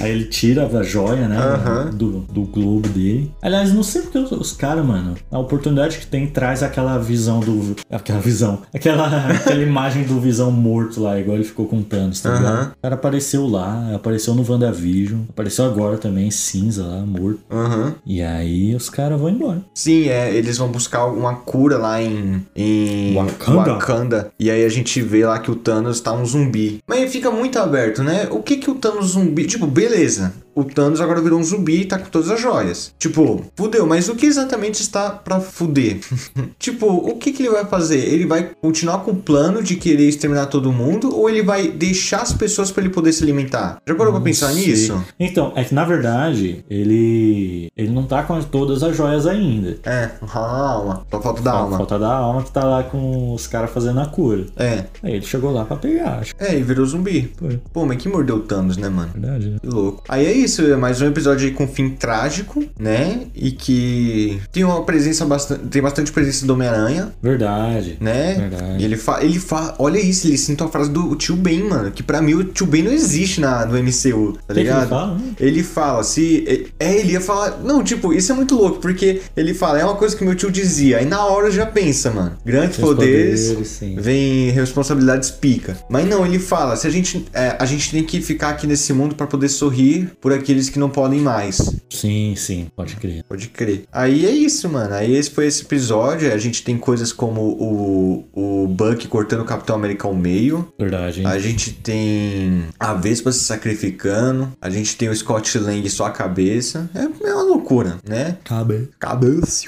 A: Aí ele tira a joia, né?
B: Aham.
A: Do, do globo dele. Aliás, não sei porque os, os caras, mano, a oportunidade que tem traz aquela visão do. Aquela visão. Aquela, aquela imagem do visão morto lá, igual ele ficou com o Thanos, tá ligado?
B: Aham.
A: O cara apareceu lá, apareceu no WandaVision, apareceu agora também, cinza lá, morto.
B: Aham.
A: E aí os caras vão embora.
B: Sim, é, eles vão buscar uma cura lá em, em
A: Wakanda?
B: Wakanda. E aí a gente vê lá que o Thanos tá um zumbi. Mas aí fica muito aberto, né? O que que o Thanos zumbi... Tipo, beleza. O Thanos agora virou um zumbi e tá com todas as joias. Tipo, fudeu. Mas o que exatamente está pra fuder? tipo, o que que ele vai fazer? Ele vai continuar com o plano de querer exterminar todo mundo? Ou ele vai deixar as pessoas pra ele poder se alimentar? Já parou pra pensar
A: Não sei.
B: nisso?
A: Então, é que na verdade, ele. Ele não tá com todas as joias ainda.
B: É, a alma. Só falta da alma.
A: Falta da alma que tá lá com os caras fazendo a cura.
B: É.
A: Aí ele chegou lá pra pegar, acho.
B: É, e virou zumbi.
A: Pô, é
B: Pô, mas que mordeu o Thanos, né, mano?
A: verdade, né?
B: Que louco. Aí é isso, é mais um episódio aí com fim trágico, né? E que tem uma presença bastante. Tem bastante presença do Homem-Aranha,
A: Verdade.
B: né?
A: Verdade.
B: E ele fala. Ele fa... Olha isso, ele sinta a frase do tio Ben, mano. Que pra mim o tio Ben não existe na, no MCU, tá
A: O que que ele
B: ligado?
A: fala, né?
B: Ele fala, se. É, ele ia falar. Não, tipo, isso é muito louco, porque ele fala, é uma coisa que meu tio dizia. Aí na hora já pensa, mano. Grandes
A: Seus
B: poderes.
A: sim.
B: Vem responsabilidades pica. Mas não, ele fala: se a gente, é, a gente tem que ficar aqui nesse mundo pra poder sorrir por aqueles que não podem mais.
A: Sim, sim, pode crer.
B: Pode crer. Aí é isso, mano. Aí esse foi esse episódio. A gente tem coisas como o, o Buck cortando o Capitão América ao meio.
A: Verdade, hein?
B: A gente tem a Vespa se sacrificando. A gente tem o Scott Lang só a cabeça. É, é uma loucura, né?
A: Cabe.
B: Cabeça.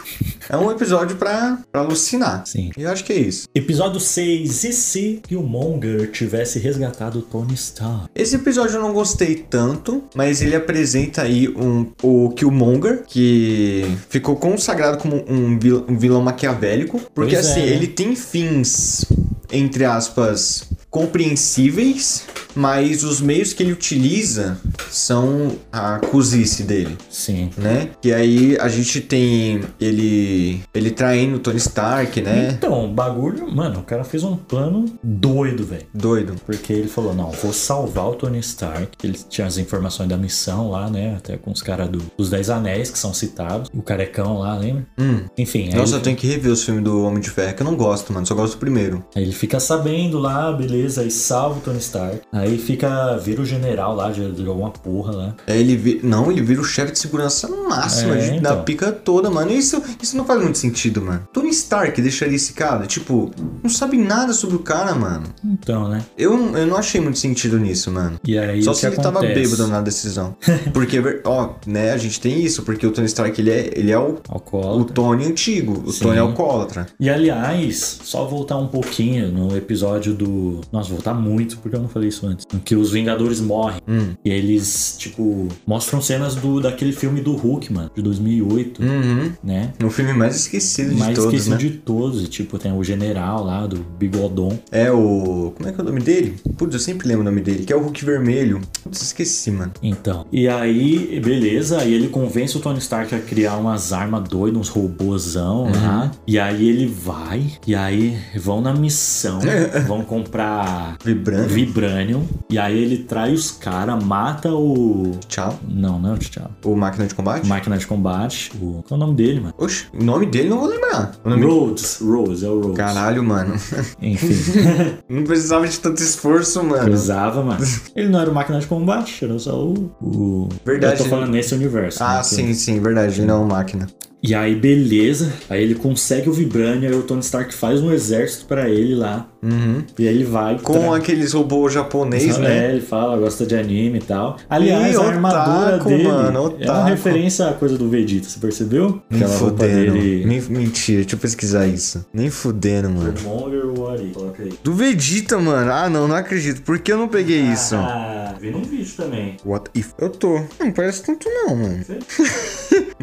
B: É um episódio pra, pra alucinar.
A: Sim.
B: E eu acho que é isso.
A: Episódio 6. E se Killmonger tivesse resgatado Tony Stark?
B: Esse episódio eu não gostei tanto, mas ele apresenta aí um, o Killmonger, que ficou consagrado como um vil- um vilão maquiavélico, porque
A: Pois é,
B: assim,
A: né?
B: ele tem fins, entre aspas, compreensíveis, mas os meios que ele utiliza são a cozice dele
A: Sim.
B: né? E aí a gente tem ele ele traindo o Tony Stark, né?
A: Então, o bagulho, mano, o cara fez um plano doido, velho.
B: Doido.
A: Porque ele falou, não, vou salvar o Tony Stark. Ele tinha as informações da missão lá, né? Até com os caras do- dos Dez Anéis que são citados. O carecão lá, lembra?
B: Hum.
A: Enfim, aí
B: Nossa, eu
A: ele-
B: tenho que rever os filmes do Homem de Ferro, que eu não gosto, mano. Só gosto do primeiro.
A: Aí ele fica sabendo lá, beleza, aí salva o Tony Stark. Aí fica, vira o general lá, gerou uma porra lá.
B: É, ele vi- Não, ele vira o chefe de segurança máxima
A: É,
B: de- da
A: então.
B: pica toda, mano. Isso, isso não faz muito sentido, mano. Tony Stark deixaria esse cara, tipo, não sabe nada sobre o cara, mano.
A: Então, né?
B: Eu, eu não achei muito sentido nisso, mano.
A: E aí
B: Só
A: o que
B: se ele
A: acontece?
B: tava bêbado na decisão. Porque, é ver- ó, né, a gente tem isso, porque o Tony Stark, ele é, ele é o, o
A: Alcoólatra.
B: Tony antigo. O
A: Sim.
B: Tony alcoólatra.
A: E aliás, só voltar um pouquinho no episódio do, Nossa, voltar muito, porque eu não falei isso antes. Em que os Vingadores morrem.
B: Hum.
A: E eles, tipo, mostram cenas do daquele filme do Hulk, mano, de 2008,
B: Uhum.
A: né?
B: O filme mais esquecido de
A: mais
B: todos,
A: esquecido
B: né?
A: de todos. E, tipo, tem o general lá do Bigodon.
B: É o... Como é que é o nome dele? Putz, eu sempre lembro o nome dele. Que é o Hulk Vermelho. Putz, esqueci, mano.
A: Então. E aí, beleza. Aí ele convence o Tony Stark a criar umas armas doidas, uns robôzão
B: Uhum.
A: lá. E aí ele vai. E aí vão na missão. vão comprar
B: Vibrando.
A: Vibranium. E aí ele trai os caras, mata o.
B: Tchau.
A: Não, não é o T'Challa.
B: O Máquina de Combate?
A: Máquina de combate. O... Qual é o nome dele, mano?
B: Oxe, o nome dele não vou lembrar. O nome...
A: Rhodes. Rhodes, é o Rhodes.
B: Caralho, mano.
A: Enfim.
B: Não precisava de tanto esforço, mano.
A: Precisava, mano. Ele não era o máquina de combate, era só o. o...
B: Verdade,
A: Eu tô falando nesse universo. né,
B: Ah,
A: que-
B: sim, sim, verdade. Ele não é uma máquina.
A: E aí, beleza. Aí ele consegue o Vibranium, aí o Tony Stark faz um exército pra ele lá.
B: Uhum.
A: E aí ele vai.
B: Com aqueles robôs japonês,
A: Sabe,
B: né?
A: Tá. é, ele fala, gosta de anime e tal. Aliás, a
B: otaku,
A: armadura dele
B: mano,
A: é
B: otaku.
A: uma referência à coisa do Vegeta, você percebeu?
B: Nem
A: roupa
B: fudendo.
A: dele. Uhum.
B: Nem- Mentira, deixa eu pesquisar isso. Nem fudendo, mano.
A: Monger Wari, coloca aí.
B: Do Vegeta, mano. Ah, não, não acredito. Por que eu não peguei isso?
A: Ah, vi num vídeo também.
B: What if? Eu tô. Não parece tanto não, mano.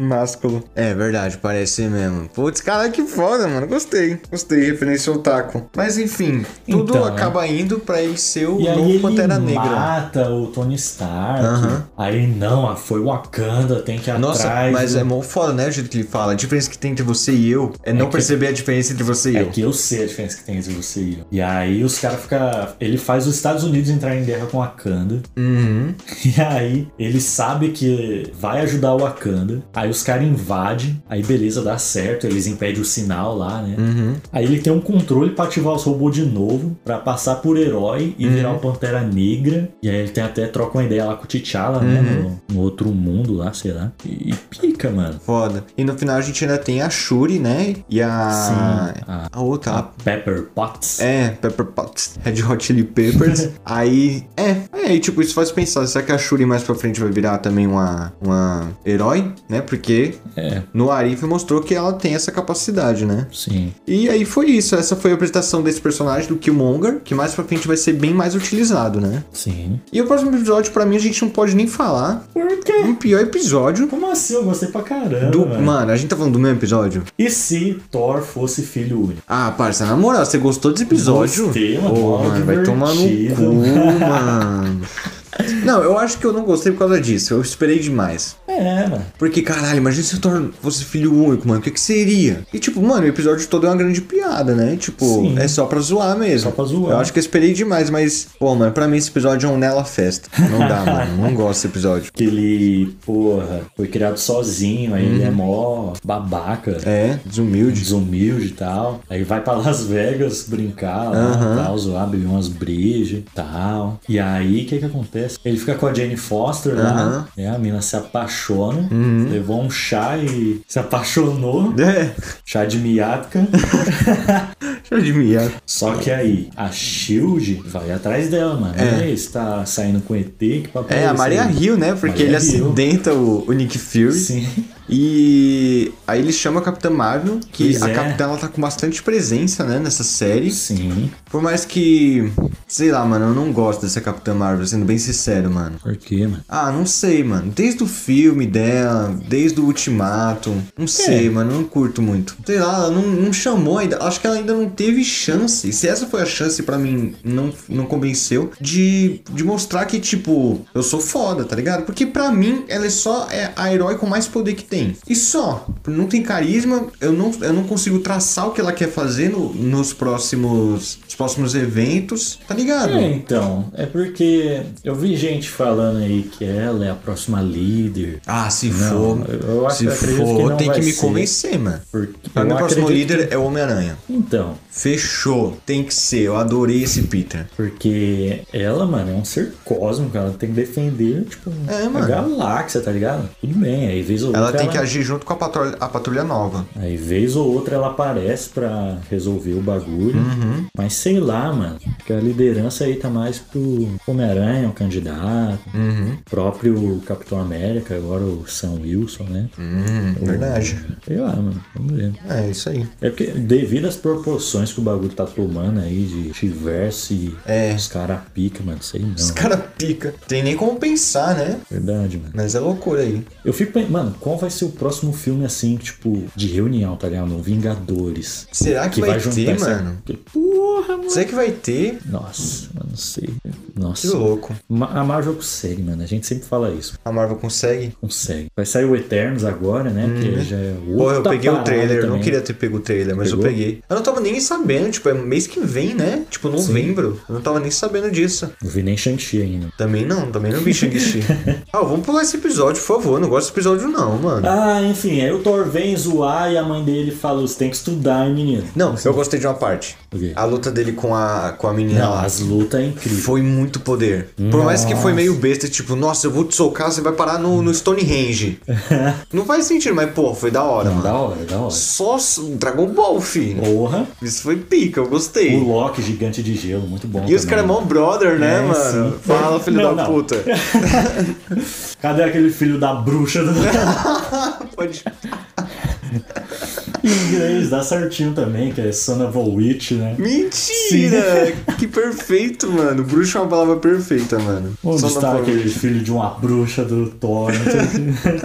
B: Másculo. É verdade, parece mesmo. Putz, cara, que foda, mano. Gostei. Gostei de referência ao taco. Mas enfim, tudo
A: Então, né?
B: acaba indo pra ele ser o
A: E aí
B: novo
A: ele
B: Pantera Negra.
A: mata o Tony Stark.
B: Aham.
A: Aí não, ah, foi Wakanda, tem que ir
B: Nossa,
A: atrás.
B: mas
A: do-
B: é mó foda, né? O jeito que ele fala. A diferença que tem entre você e eu é, não
A: que-
B: perceber a diferença entre você e
A: É
B: eu.
A: que eu sei a diferença que tem entre você e eu. E aí os caras ficam. Ele faz os Estados Unidos entrar em guerra com a Wakanda.
B: Uhum.
A: E aí ele sabe que vai ajudar o Wakanda. Aí os caras invadem. Aí beleza, dá certo. Eles impedem o sinal lá, né?
B: Uhum.
A: Aí ele tem um controle pra ativar os robôs de novo. pra passar por herói
B: Uhum.
A: e virar o Pantera Negra. E aí ele tem até troca uma ideia lá com o T'Challa, né?
B: Uhum.
A: No, no outro mundo lá, sei lá. E, e pica, mano.
B: Foda. E no final a gente ainda tem a Shuri, né? E a.
A: Sim. A,
B: A outra, a
A: Pepper Potts.
B: É, Pepper Potts, Red Hot Chili Peppers. aí, é, aí, tipo, isso faz pensar, será que a Shuri mais pra frente vai virar também uma, uma herói, né? Porque
A: É.
B: no Arif mostrou que ela tem essa capacidade, né?
A: Sim.
B: E aí foi isso, essa foi a apresentação desse personagem do Killmonger, que mais pra frente vai ser bem mais utilizado, né?
A: Sim.
B: E o próximo episódio, pra mim, a gente não pode nem falar.
A: Por quê?
B: Um pior episódio
A: Como assim? Eu gostei pra caramba.
B: do...
A: mano.
B: Mano, a gente tá falando do mesmo episódio?
A: E se Thor fosse filho único?
B: Ah, parça, na moral, você gostou desse episódio?
A: Gostei, mano.
B: Ô,
A: Mó
B: mano, vai tomar no
A: divertido.
B: cu, mano. Não, eu acho que eu não gostei por causa disso. Eu esperei demais.
A: É, mano.
B: Porque, caralho, imagina se eu torno- fosse filho único, mano. O que que seria? E, tipo, mano, o episódio todo é uma grande piada, né? Tipo,
A: Sim.
B: é só pra zoar mesmo.
A: Só pra zoar. né?
B: Eu acho que eu esperei demais, mas... Pô, mano, pra mim esse episódio é um nela festa. Não dá, mano. Não gosto desse episódio.
A: Que ele, porra, foi criado sozinho, aí
B: Uhum.
A: ele é mó babaca,
B: É, desumilde.
A: desumilde e tal. Aí vai pra Las Vegas brincar lá,
B: Aham.
A: tal, zoar, beber umas brejas e tal. E aí, o que que acontece? Ele fica com a Jane Foster
B: Aham. Uhum.
A: lá, né? A mina se apaixona, levou um chá e se apaixonou.
B: É,
A: Chá de miatka.
B: deixa eu admirar.
A: Só que aí, a Shield vai atrás dela, mano.
B: É.
A: É. está saindo com ET, que papai.
B: É, a Maria
A: Rio.
B: Hill, né?
A: Maria
B: Porque ele
A: Hill.
B: acidenta o, o Nick Fury.
A: Sim.
B: E aí ele chama a Capitã Marvel, que
A: Pois
B: a
A: é.
B: Capitã ela tá com bastante presença, né, nessa série.
A: Sim.
B: Por mais que, sei lá, mano, eu não gosto dessa Capitã Marvel, sendo bem sincero, mano.
A: Por quê, mano?
B: Ah, não sei, mano. Desde o filme dela, desde o Ultimato, não sei, mano, eu não curto muito. Sei lá, ela não, não chamou ainda, acho que ela ainda não teve chance. E se essa foi a chance pra mim, não, não convenceu, de, de mostrar que, tipo, eu sou foda, tá ligado? Porque pra mim, ela é só é a herói com mais poder que tem. E só, não tem carisma, eu não, eu não consigo traçar o que ela quer fazer no- nos próximos, nos próximos eventos, tá ligado?
A: É, então. É porque eu vi gente falando aí que ela é a próxima líder.
B: Ah, se
A: Não,
B: for.
A: eu acho
B: se
A: que eu acredito
B: for,
A: que não
B: tem
A: vai
B: que me
A: ser.
B: convencer, mano.
A: Porque
B: Pra
A: eu
B: mim, o próximo
A: acredito
B: líder
A: que-
B: Ah, é o Homem-Aranha.
A: Então.
B: Fechou. Tem que ser. Eu adorei esse Peter.
A: Porque ela, mano, é um ser cósmico, ela tem que defender, tipo,
B: É,
A: a
B: mano.
A: galáxia, tá ligado? Tudo bem, aí vez ou outra.
B: Ela tem que agir junto com a patrulha, a patrulha nova. Uhum.
A: Aí vez ou outra ela aparece pra resolver o bagulho. Mas sei sei lá, mano. Porque a liderança aí tá mais pro Homem-Aranha, o candidato,
B: Uhum.
A: próprio Capitão América, agora o Sam Wilson, né?
B: Hum, verdade.
A: Sei lá, mano. Vamos ver.
B: É isso aí.
A: É porque, devido às proporções que o bagulho tá tomando aí, de tiverse e
B: É.
A: os caras pica, mano, sei não.
B: Os cara pica. Tem nem como pensar, né?
A: Verdade, mano.
B: Mas é loucura aí.
A: Eu fico pensando, mano, qual vai ser o próximo filme assim, tipo, de reunião, tá ligado? Vingadores.
B: Será que, vai, ter,
A: essa-
B: mano?
A: Que Porra, mano.
B: Será que vai ter?
A: Nossa, mano, não sei.
B: Que
A: Nossa.
B: louco.
A: Ma- A Marvel consegue, mano. A gente sempre fala isso.
B: A Marvel consegue?
A: Consegue. Vai sair o Eternos agora, né? Que já é outra
B: Uhum. Pô, eu peguei o
A: parada
B: trailer, eu não
A: também.
B: queria ter pego o trailer, mas eu
A: Pegou?
B: peguei. Eu não tava nem sabendo, tipo, é mês que vem, né? Tipo, novembro. Eu não tava nem sabendo disso.
A: Não vi nem Shang-Chi ainda.
B: Também não, também não vi Shang-Chi. ah, vamos pular esse episódio, por favor. Não gosto desse episódio, não, mano.
A: Ah, enfim, aí o Thor vem zoar e a mãe dele fala: você tem que estudar, hein, menino.
B: Não, eu gostei de uma parte.
A: O quê?
B: A luta dele com a, com a menina
A: Não,
B: lá.
A: as lutas é incrível.
B: Foi muito poder. Por mais que foi meio besta, tipo, nossa, eu vou te socar, você vai parar no, no Stonehenge. não faz sentido, mas pô, foi é da hora, mano.
A: Da hora, da hora.
B: Só s- Dragon Ball, filho.
A: Porra.
B: Isso foi pica, eu gostei.
A: O Loki gigante de gelo, muito bom.
B: E os
A: também.
B: caras é mó brother, né,
A: É,
B: mano?
A: sim.
B: Fala, filho
A: Não,
B: da
A: não.
B: puta.
A: Cadê aquele filho da bruxa do
B: Pode-
A: Em inglês? Dá certinho também, que é Son of a Witch, né?
B: Mentira! que perfeito, mano. Bruxo é uma palavra perfeita, mano.
A: Onde
B: Só não
A: está
B: falo-
A: aquele filho de uma bruxa do Thor? Não sei.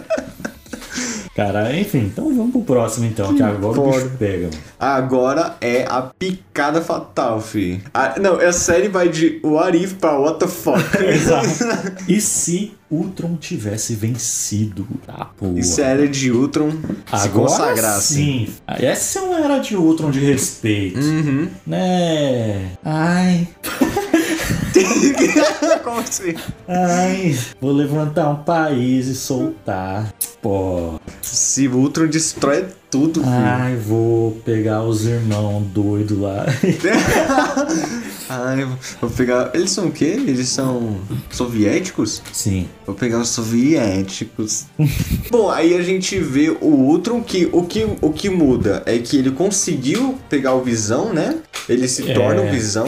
A: Cara, enfim, então vamos pro próximo então, que agora o bicho
B: foda.
A: pega.
B: Agora é a picada fatal, fi. Ah, não, a série vai de what if pra what the fuck.
A: Exato. E se Ultron tivesse vencido? Ah, porra.
B: Isso é a era de Ultron se consagrar,
A: Agora
B: assim.
A: sim. Essa é uma era de Ultron de respeito.
B: Uhum.
A: Né? Ai,
B: Como assim?
A: ai. Vou levantar um país e soltar. Pô.
B: Se o Ultron destrói tudo, filho.
A: Ai, vou pegar os irmãos doidos lá.
B: Ai, eu vou pegar. Eles são o quê? Eles são soviéticos?
A: Sim.
B: Vou pegar os soviéticos. Bom, aí a gente vê o Ultron que o que o que muda é que ele conseguiu pegar o Visão, né? Ele se
A: É.
B: torna o Visão.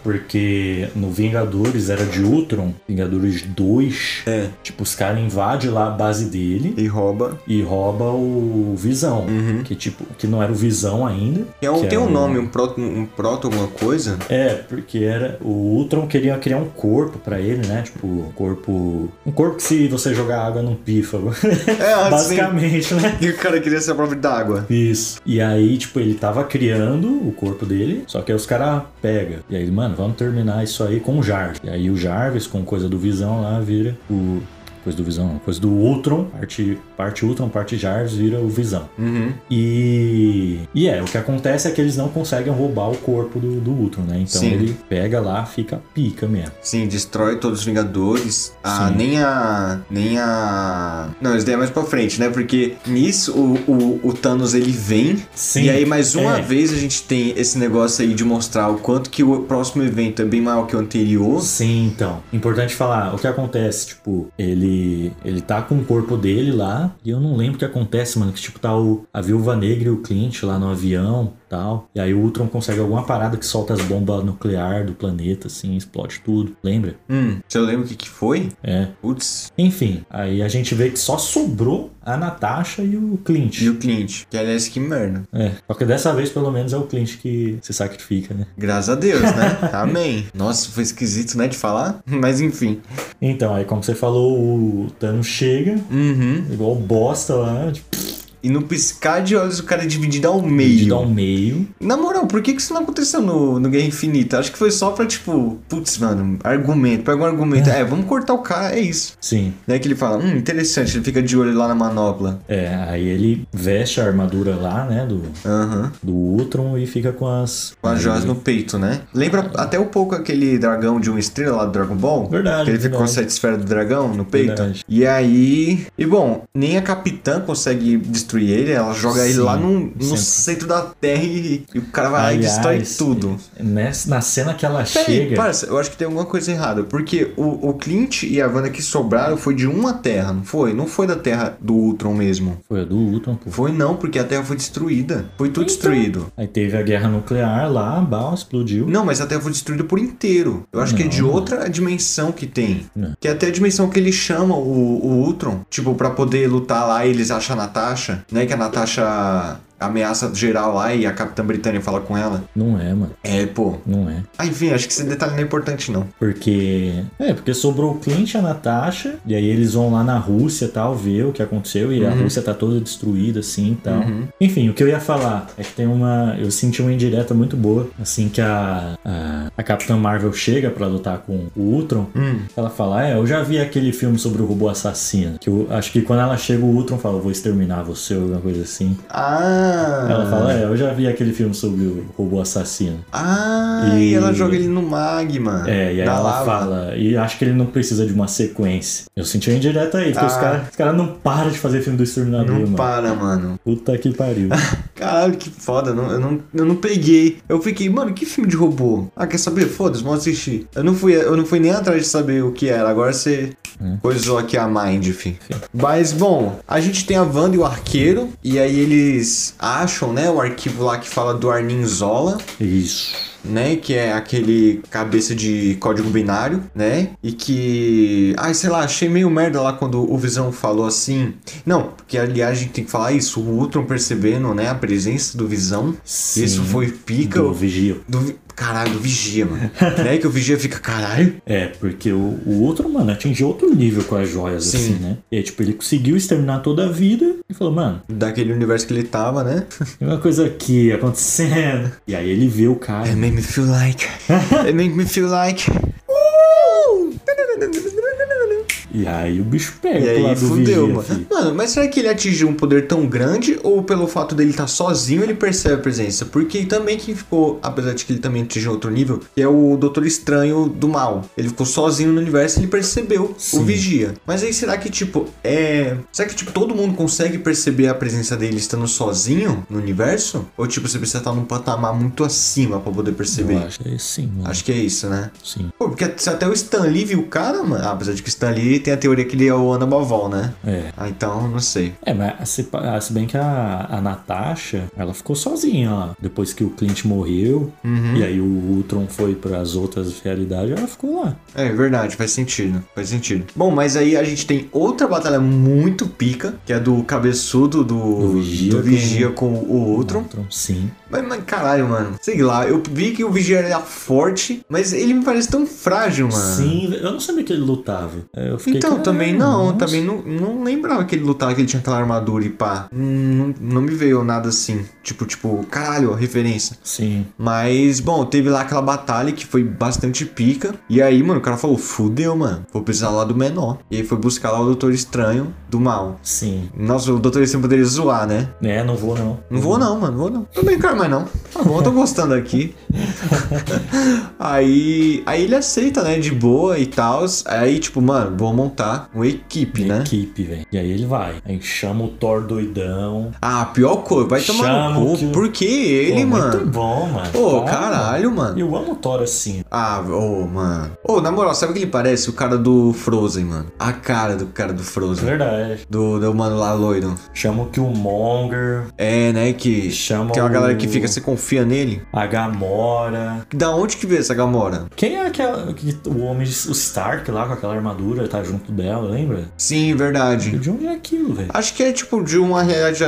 A: Porque no Vingadores era de Ultron, Vingadores 2.
B: É.
A: Tipo, os caras invadem lá a base dele.
B: E rouba.
A: e rouba o Visão, que tipo, que não era o Visão ainda.
B: Uhum. Que é um,
A: Que
B: tem
A: é
B: um
A: um-
B: nome, um proto, um proto alguma coisa.
A: É, porque era o Ultron queria criar um corpo pra ele, né? Tipo, um corpo, um corpo que se você jogar água não pifa,
B: É, assim.
A: basicamente, né?
B: E o cara queria ser a prova d'água.
A: Isso. E aí, tipo, ele tava criando o corpo dele, só que aí os caras pega. E aí, mano, vamos terminar isso aí com o Jarvis. E aí o Jarvis, com coisa do Visão lá, vira o... Coisa do Visão, não, coisa do Ultron, parte, parte Ultron, parte Jarvis, vira o Visão.
B: Uhum.
A: E, e é, o que acontece é que eles não conseguem roubar o corpo do, do Ultron, né? Então
B: Sim.
A: ele pega lá, fica pica mesmo.
B: Sim, destrói todos os Vingadores. Ah,
A: Sim.
B: nem a. Nem a. Não, isso daí é mais pra frente, né? Porque nisso o, o, o Thanos ele vem.
A: Sim.
B: E aí, mais uma
A: é.
B: vez, a gente tem esse negócio aí de mostrar o quanto que o próximo evento é bem maior que o anterior.
A: Sim, então. Importante falar, o que acontece, tipo, ele ele tá com o corpo dele lá, e eu não lembro o que acontece, mano, que tipo tá o a Viúva Negra e o Clint lá no avião, tal. E aí o Ultron consegue alguma parada que solta as bombas nuclear do planeta assim, explode tudo, lembra?
B: Hum, você lembra o que, que foi?
A: É.
B: Putz.
A: Enfim, aí a gente vê que só sobrou a Natasha e o Clint.
B: E o Clint. Que aliás, que merda.
A: É, só que dessa vez pelo menos é o cliente que se sacrifica, né?
B: Graças a Deus, né? Amém. Nossa, foi esquisito, né? De falar. Mas enfim.
A: Então, aí como você falou, o Thanos chega,
B: Uhum.
A: igual bosta lá, tipo,
B: E no piscar de olhos, o cara é dividido ao meio.
A: de dar um meio.
B: Na moral, por que, que isso não aconteceu no, no Guerra Infinita? Acho que foi só pra, tipo, putz, mano, argumento, pega um argumento. É, vamos cortar o cara, é isso.
A: Sim,
B: Daí que ele fala, hum, interessante, ele fica de olho lá na manopla.
A: é, aí ele veste a armadura lá, né, do,
B: Aham.
A: do Ultron e fica com as...
B: Com as joias no peito, né? Lembra até um pouco aquele dragão de uma estrela lá do Dragon Ball?
A: Verdade,
B: Que ele fica com as
A: verdade.
B: sete esferas do dragão no peito.
A: Verdade.
B: E aí. E bom, nem a capitã consegue destruir ele, ela joga ele
A: Sim,
B: lá no, no
A: sempre.
B: centro da terra e, e o cara vai lá e
A: Aliás,
B: destrói tudo.
A: Nessa, na cena que ela
B: Peraí,
A: chega.
B: parça, eu acho que tem alguma coisa errada, porque o, o Clint e a Wanda que sobraram foi de uma terra, não foi? Não foi da terra do Ultron mesmo.
A: Foi a do Ultron, pô.
B: Foi não, porque a terra foi destruída. Foi
A: Então,
B: tudo destruído.
A: Aí teve a guerra nuclear lá, bal, explodiu.
B: Não, mas a Terra foi destruída por inteiro. Eu acho que é de
A: Não.
B: outra dimensão que tem.
A: Não.
B: Que é até a dimensão que ele chama o, o Ultron. Tipo, pra poder lutar lá, eles acham a Natasha. Não é que a Natasha ameaça geral lá e a Capitã Britânia fala com ela?
A: Não é, mano.
B: É, pô.
A: Não é.
B: Ah, enfim, acho que esse detalhe não é importante, não.
A: Porque. É, porque sobrou o Clint e a Natasha. E aí eles vão lá na Rússia e tal, ver o que aconteceu. E a
B: Uhum.
A: Rússia tá toda destruída, assim e tal.
B: Uhum.
A: Enfim, o que eu ia falar é que tem uma. Eu senti uma indireta muito boa. Assim que a. A, a Capitã Marvel chega pra lutar com o Ultron.
B: Hum.
A: Ela fala, é, eu já vi aquele filme sobre o robô assassino. Que eu acho que quando ela chega, o Ultron fala, eu vou exterminar você, ou alguma coisa assim.
B: Ah.
A: Ela fala, é, eu já vi aquele filme sobre o robô assassino.
B: Ah, e...
A: E-
B: ela joga ele no magma.
A: É, e aí
B: da
A: ela
B: lava.
A: fala, e acho que ele não precisa de uma sequência. Eu senti uma indireta aí, porque os
B: Ah.
A: caras os cara não param de fazer filme do Exterminador,
B: Não
A: mano.
B: para, mano.
A: Puta que pariu.
B: Caralho, que foda. não- eu, não, eu não peguei. Eu fiquei, mano, que filme de robô? Ah, quer saber? Foda-se, vamos assistir. Eu não, fui, eu não fui nem atrás de saber o que era. Agora você coisou aqui a mind, fi. Mas, bom, a gente tem a Wanda e o arqueiro. E aí eles acham, né, o arquivo lá que fala do Arnim Zola.
A: Isso.
B: né? Que é aquele cabeça de código binário, né? E que. Ai, sei lá, achei meio merda lá quando o Visão falou assim. Não, porque aliás a gente tem que falar isso. O Ultron percebendo, né? A presença do Visão.
A: Sim.
B: Isso foi pica.
A: Do
B: Do...
A: Vigio.
B: vi- Caralho, do Vigia, mano. né? Que o Vigia fica, caralho.
A: É, porque o, o outro, mano, atingiu outro nível com as joias,
B: Sim.
A: assim, né? E aí, tipo, ele conseguiu exterminar toda a vida e falou, mano,
B: Daquele universo que ele tava, né?
A: tem uma coisa aqui acontecendo. E aí ele vê o cara.
B: It made me feel like. It made me feel like.
A: E aí o bicho pega
B: E
A: pro
B: aí
A: lado do
B: fudeu,
A: vigia,
B: mano.
A: filho.
B: Mano, mas será que ele atingiu um poder tão grande ou pelo fato dele estar sozinho ele percebe a presença? Porque também quem ficou, apesar de que ele também atingiu outro nível, que é o Doutor Estranho do Mal. Ele ficou sozinho no universo e ele percebeu o
A: Sim.
B: Vigia. Mas aí será que tipo, é... Será que tipo todo mundo consegue perceber a presença dele estando sozinho no universo? Ou tipo, você precisa estar num patamar muito acima pra poder perceber?
A: Eu acho que é sim, mano.
B: Acho que é isso, né?
A: Sim.
B: Pô, porque se até o Stan Lee viu o cara, mano. Ah, apesar de que o Stan Lee tem a teoria que ele é o Anabavol, né?
A: É.
B: Ah, então, não sei.
A: É, mas se, pa- se bem que a, a Natasha, ela ficou sozinha lá. Depois que o Clint morreu,
B: Uhum.
A: e aí o Ultron foi para as outras realidades, ela ficou lá.
B: É verdade, faz sentido. Faz sentido. Bom, mas aí a gente tem outra batalha muito pica, que é do cabeçudo do,
A: Do Vigia
B: do Vigia com, o Ultron.
A: Ultron, sim.
B: Mas, mas, caralho, mano. Sei lá, eu vi que o Vigia era forte, mas ele me parece tão frágil, mano.
A: Sim, eu não sabia que ele lutava. É, Eu fiquei,
B: Então,
A: "Caralho,
B: também não,
A: nossa."
B: também não, não lembrava que ele lutava, que ele tinha aquela armadura e pá. Hum, Não, não me veio nada assim. Tipo, tipo, caralho, referência.
A: Sim.
B: Mas, bom, teve lá aquela batalha que foi bastante pica. E aí, mano, o cara falou: fudeu, mano. Vou precisar lá do menor. E aí foi buscar lá o Doutor Estranho do Mal.
A: Sim.
B: Nossa, o Doutor Estranho poderia zoar, né?
A: É, não vou não.
B: Não vou não, mano, não vou não. Também quero mais não. Tá bom, eu tô gostando aqui. aí, aí ele aceita, né, de boa e tal. Aí, tipo, mano, vou montar uma equipe, né?
A: Equipe, velho. E aí ele vai. Aí chama o Thor doidão.
B: Ah, pior coisa, vai tomar
A: Chama
B: no cu.
A: que-
B: Por que ele,
A: Pô,
B: mano?
A: Muito bom, mano.
B: Pô,
A: Tá,
B: caralho, mano.
A: Eu amo o Thor assim.
B: Ah, ô, mano. Ô, na moral, sabe o que ele parece? O cara do Frozen, mano. A cara do cara do Frozen.
A: Verdade.
B: Do, do mano lá loiro.
A: Chama o Killmonger,
B: É, né? Que
A: chama
B: tem uma
A: o-
B: galera que fica, você confia nele?
A: a Gamora.
B: Da onde que veio essa Gamora?
A: Quem é aquela. que- O homem, o Stark lá com aquela armadura, tá junto dela, lembra?
B: Sim, verdade.
A: De onde é aquilo, velho?
B: Acho que é tipo de uma realidade,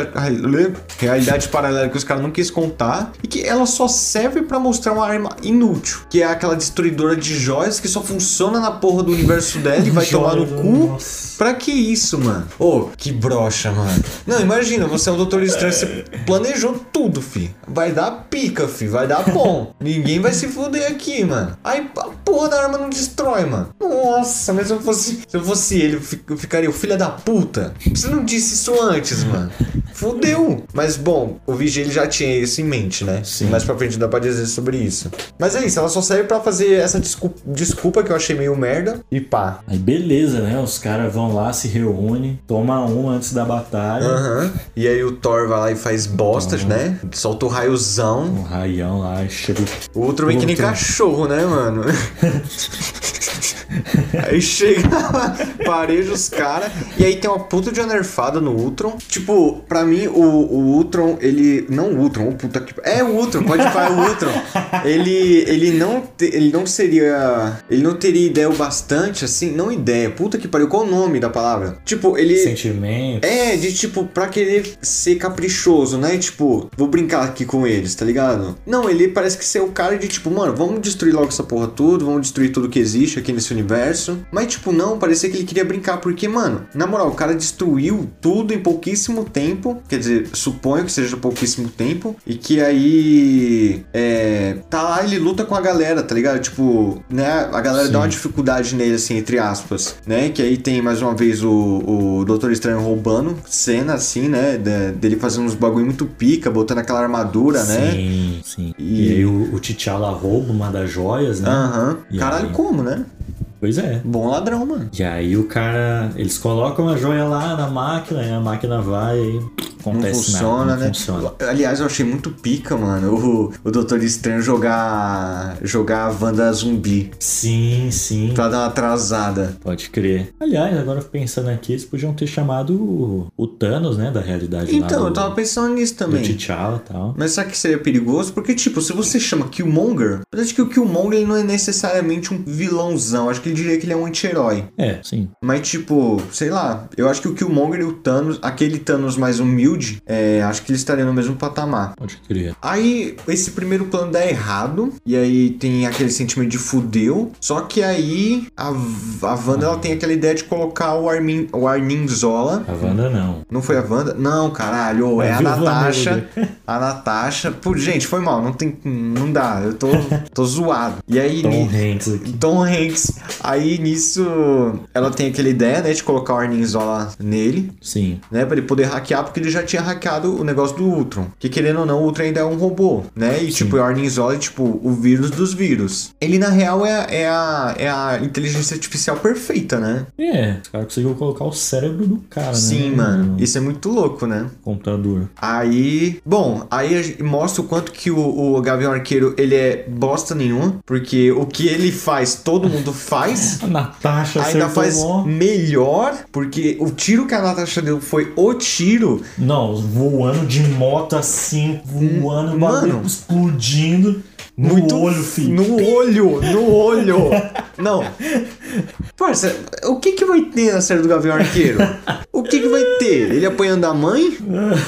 B: realidade paralela que os caras não quis contar e que ela só serve pra mostrar uma arma inútil, que é aquela destruidora de joias que só funciona na porra do universo dela e vai tomar no
A: Joia,
B: cu.
A: nossa.
B: Pra que isso, mano? Ô, que brocha, mano. Não, imagina, você é um doutor estranho, você planejou tudo, fi. Vai dar pica, fi. Vai dar bom. Ninguém vai se fuder aqui, mano. Aí a porra da arma não destrói, mano. Nossa, mas se eu fosse Se eu fosse ele, eu fi- eu ficaria o filho da puta. Você não disse isso antes, mano. Fudeu. Mas bom, o Vigia ele já tinha isso em mente, né?
A: Sim.
B: Mais pra frente dá pra dizer sobre isso. Mas é isso, ela só serve pra fazer essa desculpa, desculpa que eu achei meio merda. E pá.
A: Aí beleza, né? Os caras vão lá, se reúnem, toma um antes da batalha.
B: Aham. E aí o Thor vai lá e faz bostas, né? Solta o raiozão.
A: Um raião lá, chega o-
B: O outro vem que nem
A: Outro.
B: cachorro, né, mano? aí chega, pareja os caras, e aí tem uma puta de uma nerfada no Ultron. Tipo, pra mim, o, o Ultron, ele. Não o Ultron, o puta que. É o Ultron, pode falar o Ultron. Ele, ele, não te- ele não seria. Ele não teria ideia o bastante, assim. Não ideia, puta que pariu. Qual o nome da palavra? Tipo, ele.
A: sentimento.
B: É, de tipo, pra querer ser caprichoso, né? Tipo, vou brincar aqui com eles, tá ligado? Não, ele parece que ser o cara de tipo, mano, vamos destruir logo essa porra tudo, vamos destruir tudo que existe aqui nesse universo. Mas, tipo, não, parecia que ele queria brincar, porque, mano, na moral, o cara destruiu tudo em pouquíssimo tempo. Quer dizer, suponho que seja pouquíssimo tempo. E que aí. É. Tá lá, ele luta com a galera, tá ligado? Tipo, né? A galera
A: Sim.
B: dá uma dificuldade nele, assim, entre aspas, né? Que aí tem mais uma vez o, o Doutor Estranho roubando cena, assim, né? De- dele fazendo uns bagulho muito pica, botando aquela armadura, né?
A: Sim, sim.
B: E-
A: E, aí o, o T'Challa rouba uma das joias, né?
B: Aham.
A: E
B: Caralho,
A: aí?
B: como, né?
A: Pois é.
B: Bom ladrão, mano.
A: E aí o cara. Eles colocam a joia lá na máquina, e a máquina vai e
B: Não
A: acontece
B: funciona,
A: nada.
B: né?
A: funciona.
B: Aliás, eu achei muito pica, mano, o, o Doutor Estranho jogar jogar a Wanda zumbi
A: Sim, sim.
B: pra dar uma atrasada.
A: Pode crer. Aliás, agora pensando aqui, eles podiam ter chamado o, o Thanos, né? Da realidade lá.
B: Então,
A: do-
B: eu tava pensando nisso
A: do
B: também.
A: T'Challa e tal.
B: Mas será que seria perigoso? Porque, tipo, se você chama Killmonger, eu acho que o Killmonger ele não é necessariamente um vilãozão. Acho que ele diria que ele é um anti-herói.
A: É, sim.
B: Mas, tipo, sei lá. Eu acho que o Killmonger e o Thanos, aquele Thanos mais humilde, é, acho que ele estaria no mesmo patamar.
A: Pode crer.
B: Aí, esse primeiro plano dá errado. E aí tem aquele sentimento de fudeu. Só que aí a, a Wanda ela tem aquela ideia de colocar o Armin, o Armin Zola.
A: A Wanda não.
B: Não foi a Wanda? Não, caralho, é
A: É
B: a
A: Viúva
B: Natasha.
A: Negra.
B: A Natasha. Pô, gente, foi mal, não tem. Não dá, eu tô, tô zoado. E aí.
A: Tom
B: ni-
A: Hanks aqui.
B: Tom Hanks. Aí nisso. Ela tem aquela ideia, né, de colocar o Arninzola nele,
A: Sim.
B: né, pra ele poder hackear, porque ele já tinha hackeado o negócio do Ultron. Que querendo ou não, o Ultron ainda é um robô, né? E tipo, o Arninzola é tipo o vírus dos vírus. Ele na real é, é, a, é a inteligência artificial perfeita, né?
A: É, os caras conseguiram colocar o cérebro do cara,
B: Sim,
A: né?
B: mano.
A: No
B: Isso é muito louco, né?
A: computador.
B: Aí, bom, aí a gente mostra o quanto que o, o Gavião Arqueiro ele é bosta nenhuma, porque o que ele faz, todo mundo faz.
A: A Natasha
B: Ainda
A: acertou um
B: faz
A: mó-
B: melhor, porque o tiro que a Natasha deu foi o tiro.
A: Não, voando de moto assim, voando, o bagulho
B: Hum, Mano.
A: explodindo no
B: muito
A: olho, filho.
B: No olho, no olho. Não. Parça, o que que vai ter na série do Gavião Arqueiro? O que que vai ter? Ele apanhando a mãe?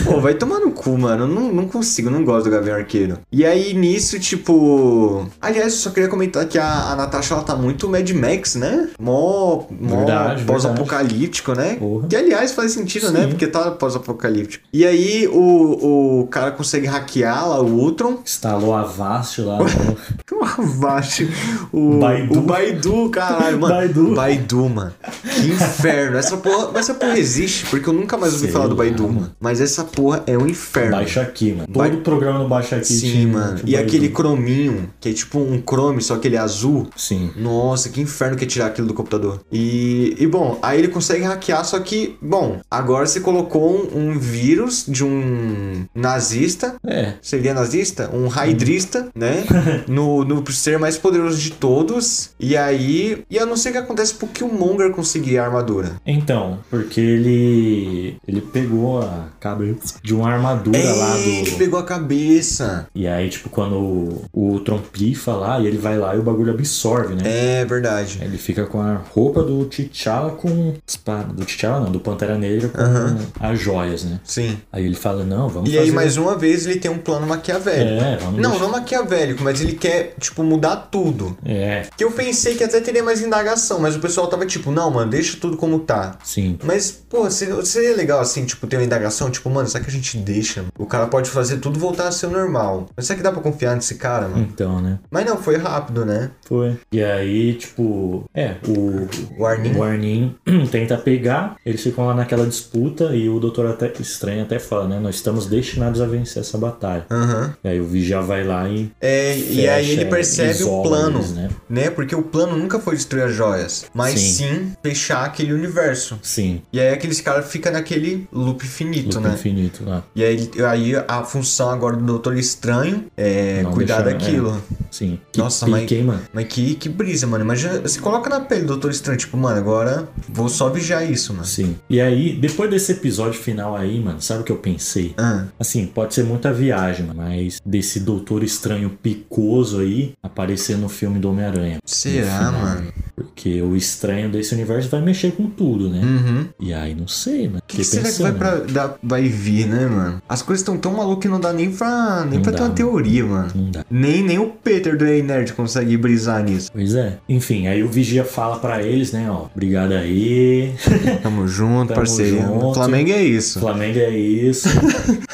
B: Pô, vai tomar no cu, mano. Eu Não, não consigo, não gosto do Gavião Arqueiro. E aí, nisso, tipo... Aliás, eu só queria comentar que a, a Natasha, ela tá muito Mad Max, né? Mó, mó
A: Verdade,
B: pós-apocalíptico, né?
A: Porra.
B: Que, aliás, faz sentido, né?
A: Sim.
B: Porque tá pós-apocalíptico. E aí, o, o cara consegue hackear lá o Ultron.
A: Instalou a Vast lá. no-
B: O Avast, o
A: Baidu.
B: O Baidu, caralho, mano.
A: Baidu.
B: Baidu, mano. Que inferno. Essa porra, mas essa porra existe, porque eu nunca mais ouvi
A: Sei
B: falar do
A: lá,
B: Baidu,
A: mano.
B: mano. Mas essa porra é um inferno.
A: Baixa aqui, mano.
B: Ba-
A: Todo programa no Baixa aqui
B: Sim,
A: tinha-
B: mano.
A: tinha
B: E
A: Baidu.
B: aquele crominho, que é tipo um chrome, só que ele é azul.
A: Sim.
B: Nossa, que inferno que é tirar aquilo do computador. E, e bom, aí ele consegue hackear, só que, bom, agora você colocou um, um vírus de um nazista
A: É.
B: seria nazista,
A: Uhum.
B: um raidrista, né? No, no ser mais poderoso de todos. E aí. E eu não sei o que acontece pro Killmonger conseguir a armadura.
A: Então, porque ele. Ele pegou a cabeça de uma armadura lá
B: Ei, Ele
A: do.
B: pegou a cabeça.
A: E aí, tipo, quando o, o trompifa lá, e ele vai lá e o bagulho absorve, né?
B: É verdade.
A: Ele fica com a roupa do T'Challa com. espada- Do T'Challa não, do Pantera Negra com
B: Aham.
A: as joias, né?
B: Sim.
A: Aí ele fala, não, vamos
B: E
A: fazer...
B: aí, mais uma vez, ele tem um plano maquiavélico.
A: É, vamos
B: Não,
A: deixar-
B: não maquiavélico, mas ele quer, tipo, mudar tudo.
A: É,
B: Que eu pensei que até teria mais indagação, mas o pessoal tava tipo, não, mano, deixa tudo como tá.
A: sim.
B: Mas, pô, você, você seria legal, assim, tipo, ter uma indagação, tipo, mano, será que a gente deixa? O cara pode fazer tudo voltar a ser normal. Mas será que dá pra confiar nesse cara, mano?
A: Então, né?
B: Mas não, foi rápido, né?
A: Foi. E aí, tipo, é, o,
B: O Arnim.
A: o Arnim tenta pegar, eles ficam lá naquela disputa e o Doutor até, Estranho até fala, né? Nós estamos destinados a vencer essa batalha.
B: Aham.
A: E aí o Vigia vai lá e.
B: É, e
A: fecha,
B: aí ele
A: é,
B: percebe o
A: isola
B: plano,
A: eles, né?
B: né? Porque o plano nunca foi destruir as joias, mas sim,
A: Sim.
B: fechar aquele universo.
A: Sim,
B: E aí aqueles caras fica naquele loop finito,
A: loop
B: né?
A: infinito lá.
B: E aí, aí a função agora do Doutor Estranho é
A: Não
B: cuidar
A: deixar-
B: daquilo.
A: Sim.
B: Nossa,
A: pique,
B: mas-
A: hein, mano?
B: Mas que, que brisa, mano. Imagina, você coloca na pele do Doutor Estranho, tipo, mano, agora vou só vigiar isso, mano.
A: Sim. E aí, depois desse episódio final aí, mano, sabe o que eu pensei?
B: Ah,
A: Assim, pode ser muita viagem, mas desse Doutor Estranho picoso aí aparecer no filme do Homem-Aranha.
B: será,
A: No final,
B: mano?
A: Porque o estranho desse universo vai mexer com tudo, né?
B: Uhum.
A: E aí, não sei, né?
B: O que, que será que vai, pra, dar- vai vir, né, mano? As coisas estão tão malucas que não dá nem pra, nem
A: Não
B: pra ter
A: dá,
B: uma
A: mano.
B: teoria, mano.
A: né? Não dá.
B: Nem, nem o Peter do Ei Nerd consegue brisar nisso.
A: Pois é. Enfim, aí o Vigia fala pra eles, né? Ó, obrigado aí.
B: Tamo junto,
A: Tamo
B: parceiro.
A: junto.
B: Flamengo é isso.
A: Flamengo é isso.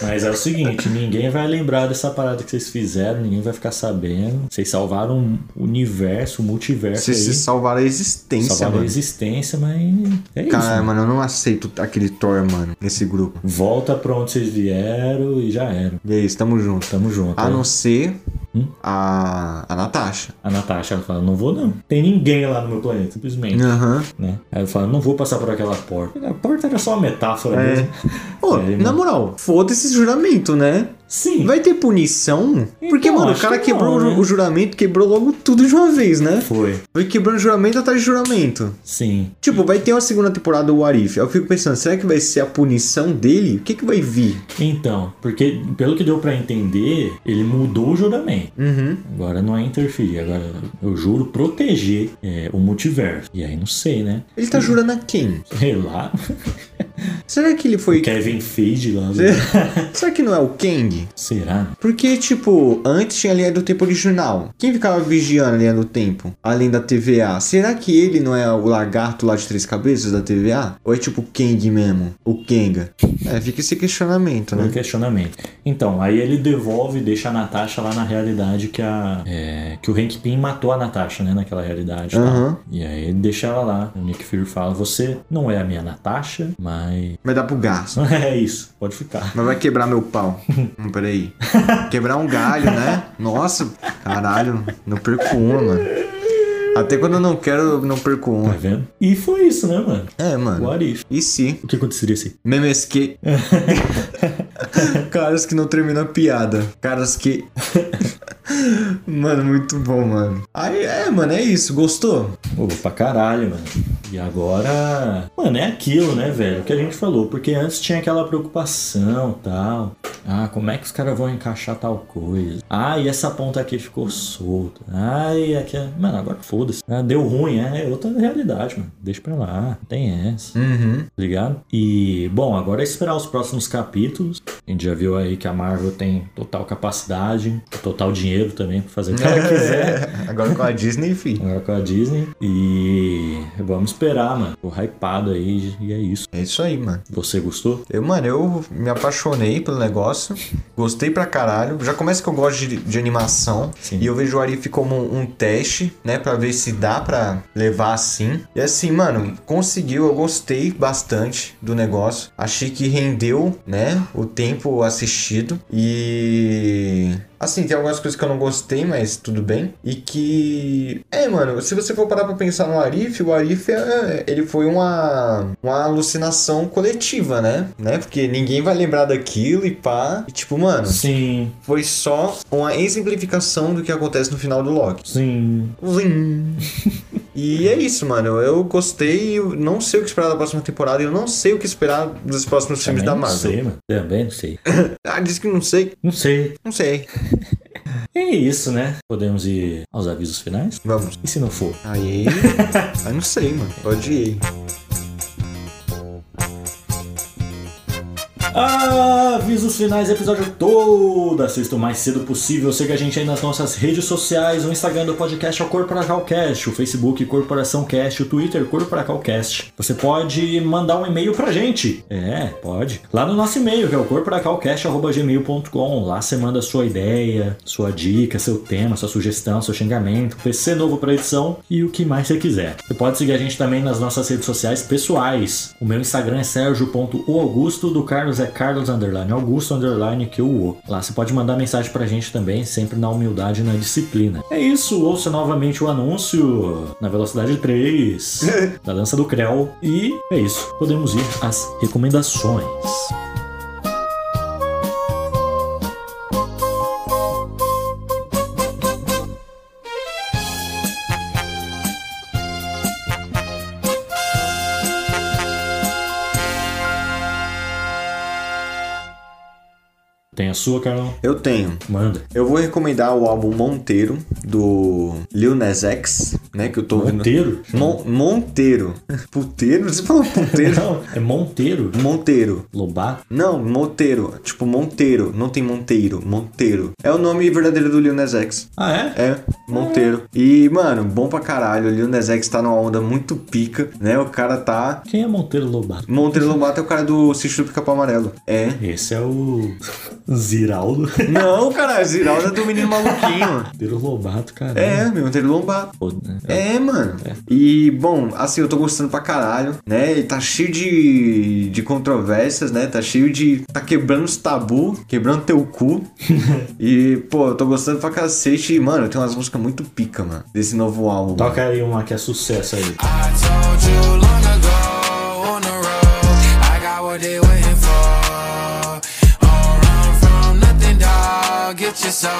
A: Mas é o seguinte, ninguém vai lembrar dessa parada que vocês fizeram, ninguém vai ficar sabendo. Vocês salvaram o universo, o multiverso
B: Vocês se
A: aí.
B: é salvaram a existência,
A: salvaram a
B: mano.
A: existência, mas é isso.
B: Cara,
A: mano.
B: mano, eu não aceito aquele Thor, mano, nesse grupo.
A: Volta pra onde vocês vieram e já era.
B: E é isso, tamo junto.
A: Tamo junto.
B: A
A: né?
B: Ah, não ser
A: Hum?
B: a, a Natasha.
A: A Natasha ela fala, não vou não. Tem ninguém lá no meu planeta, simplesmente.
B: Aham.
A: né? Aí eu falo, não vou passar por aquela porta. A porta era só uma metáfora
B: É.
A: mesmo.
B: Pô,
A: É,
B: na
A: mano.
B: moral, foda-se esse juramento, né?
A: Sim.
B: Vai ter punição? Porque,
A: Então,
B: mano, o
A: acho
B: cara
A: que
B: quebrou
A: não,
B: o ju-
A: né?
B: o juramento, quebrou logo tudo de uma vez, né?
A: Foi.
B: Foi quebrando juramento atrás de juramento.
A: Sim.
B: Tipo, vai ter uma segunda temporada do Warif. Eu fico pensando, será que vai ser a punição dele? O que que vai vir?
A: Então, porque pelo que deu pra entender, ele mudou o juramento.
B: Uhum.
A: Agora não é interferir, agora eu juro proteger é, o multiverso. E aí não sei, né?
B: Ele tá jurando a quem?
A: Sei lá,
B: Será que ele foi.
A: Kevin Feige lá. né?
B: Será que não é o Kang?
A: Será? né?
B: Porque, tipo, antes tinha a linha do tempo original. Quem ficava vigiando a linha do tempo? Além da TVA. Será que ele não é o lagarto lá de três cabeças da TVA? Ou é tipo o Kang mesmo? O Kenga? É, fica esse questionamento,
A: Foi um
B: né?
A: questionamento. Então, aí ele devolve e deixa a Natasha lá na realidade que a. é, que o Hank Pym matou a Natasha, né? Naquela realidade. e tal.
B: Aham.
A: E aí ele deixa ela lá. O Nick Fury fala: Você não é a minha Natasha, mas.
B: Vai dar pro gasto.
A: É isso, pode ficar.
B: Mas vai quebrar meu pau. Hum, peraí. Quebrar um galho, né? Nossa, caralho. Não perco uma, mano. Até quando eu não quero, eu não perco
A: Tá
B: uma.
A: vendo? E foi isso, né, mano?
B: É, mano.
A: What if?
B: E se?
A: O que aconteceria se.
B: Memes que. Caras que não terminam a piada. Caras que. mano, muito bom, mano. Aí, é, mano, é isso. Gostou?
A: Pô, pra caralho, mano. E agora. Mano, é aquilo, né, velho? Que a gente falou. Porque antes tinha aquela preocupação tal. Ah, como é que os caras vão encaixar tal coisa? Ah, e essa ponta aqui ficou solta. Ah, e aqui. Mano, agora foda-se. Ah, deu ruim, é é outra realidade, mano. Deixa pra lá. Tem essa. tá
B: Uhum.
A: Ligado? E, bom, agora é esperar os próximos capítulos. A gente já viu aí que a Marvel tem total capacidade, total dinheiro também pra fazer o que ela quiser.
B: Agora com a Disney, fi.
A: Agora com a Disney. E vamos esperar, mano. Tô hypado aí e é isso.
B: É isso aí, mano.
A: Você gostou?
B: Eu, mano, eu me apaixonei pelo negócio, gostei pra caralho. Já começa que eu gosto de, de animação
A: Sim.
B: e eu vejo o Arif como um, um teste, né, Pra ver se dá pra levar assim. E assim, mano, conseguiu, eu gostei bastante do negócio. Achei que rendeu, né, o tempo assistido e Assim, tem algumas coisas que eu não gostei, mas tudo bem. E que. É, mano, se você for parar pra pensar no Arif, o Arif é- ele foi uma, uma alucinação coletiva, né? né? Porque ninguém vai lembrar daquilo e pá. E tipo, mano,
A: Sim,
B: foi só uma exemplificação do que acontece no final do Loki.
A: sim.
B: Zim. E é isso, mano. Eu gostei. Eu não sei o que esperar da próxima temporada. e Eu não sei o que esperar dos próximos filmes
A: Também
B: da
A: não
B: Marvel.
A: sei, mano. Também não sei.
B: Ah, disse que não sei.
A: Não sei.
B: Não sei.
A: É isso, né? Podemos ir aos avisos finais?
B: Vamos.
A: E se não for?
B: Aí. Aí não sei, mano. Odiei.
A: Avisos finais, episódio todo. Assista o mais cedo possível. Siga a gente aí nas nossas redes sociais. O Instagram do podcast é o CorporacalCast, o Facebook Corporação Cast, o Twitter CorporacalCast. Você pode mandar um e-mail pra gente. É, pode. Lá no nosso e-mail, que é o corporacalcast.gmail.com. Lá você manda sua ideia, sua dica, seu tema, sua sugestão, seu xingamento, PC novo pra edição e o que mais você quiser. Você pode seguir a gente também nas nossas redes sociais pessoais. O meu Instagram é sergio.oaugusto, do Carlos é Carlos underline Augusto underline que eu o. Lá você pode mandar mensagem pra gente também, sempre na humildade e na disciplina. É isso, ouça novamente o anúncio na velocidade 3 da dança do Creu. E é isso, podemos ir às recomendações. Tem a sua, Carol?
B: Eu tenho.
A: Manda.
B: Eu vou recomendar o álbum Monteiro, do Lil Nas X, né? Que eu tô ouvindo.
A: Monteiro?
B: Mon- Monteiro. Puteiro? Você falou Monteiro?
A: Não, é Monteiro.
B: Monteiro.
A: Lobato.
B: Não, Monteiro. Tipo, Monteiro. Não tem Monteiro. Monteiro. É o nome verdadeiro do Lil Nas X.
A: Ah, é?
B: É, Monteiro. E, mano, bom pra caralho. O Lil Nas X tá numa onda muito pica, né? O cara tá...
A: Quem é Monteiro Lobato?
B: Monteiro Lobato é o cara do Sítio do Pica-Pau Amarelo. É.
A: Esse é o Ziraldo.
B: Não, cara, Ziralda é do Menino Maluquinho.
A: Monteiro Lobato, cara.
B: É, meu, Monteiro Lobato.
A: Pô, né?
B: É, mano. E, bom, assim, eu tô gostando pra caralho, né? E tá cheio de, de controvérsias, né? Tá cheio de. Tá quebrando os tabu, quebrando teu cu. e, pô, eu tô gostando pra cacete. E, mano, tem umas músicas muito pica, mano, desse novo álbum.
A: Toca aí uma que é sucesso aí.
C: I told you long ago on the road, I got what they waiting for. Don't run from nothing, dog. Get your soul.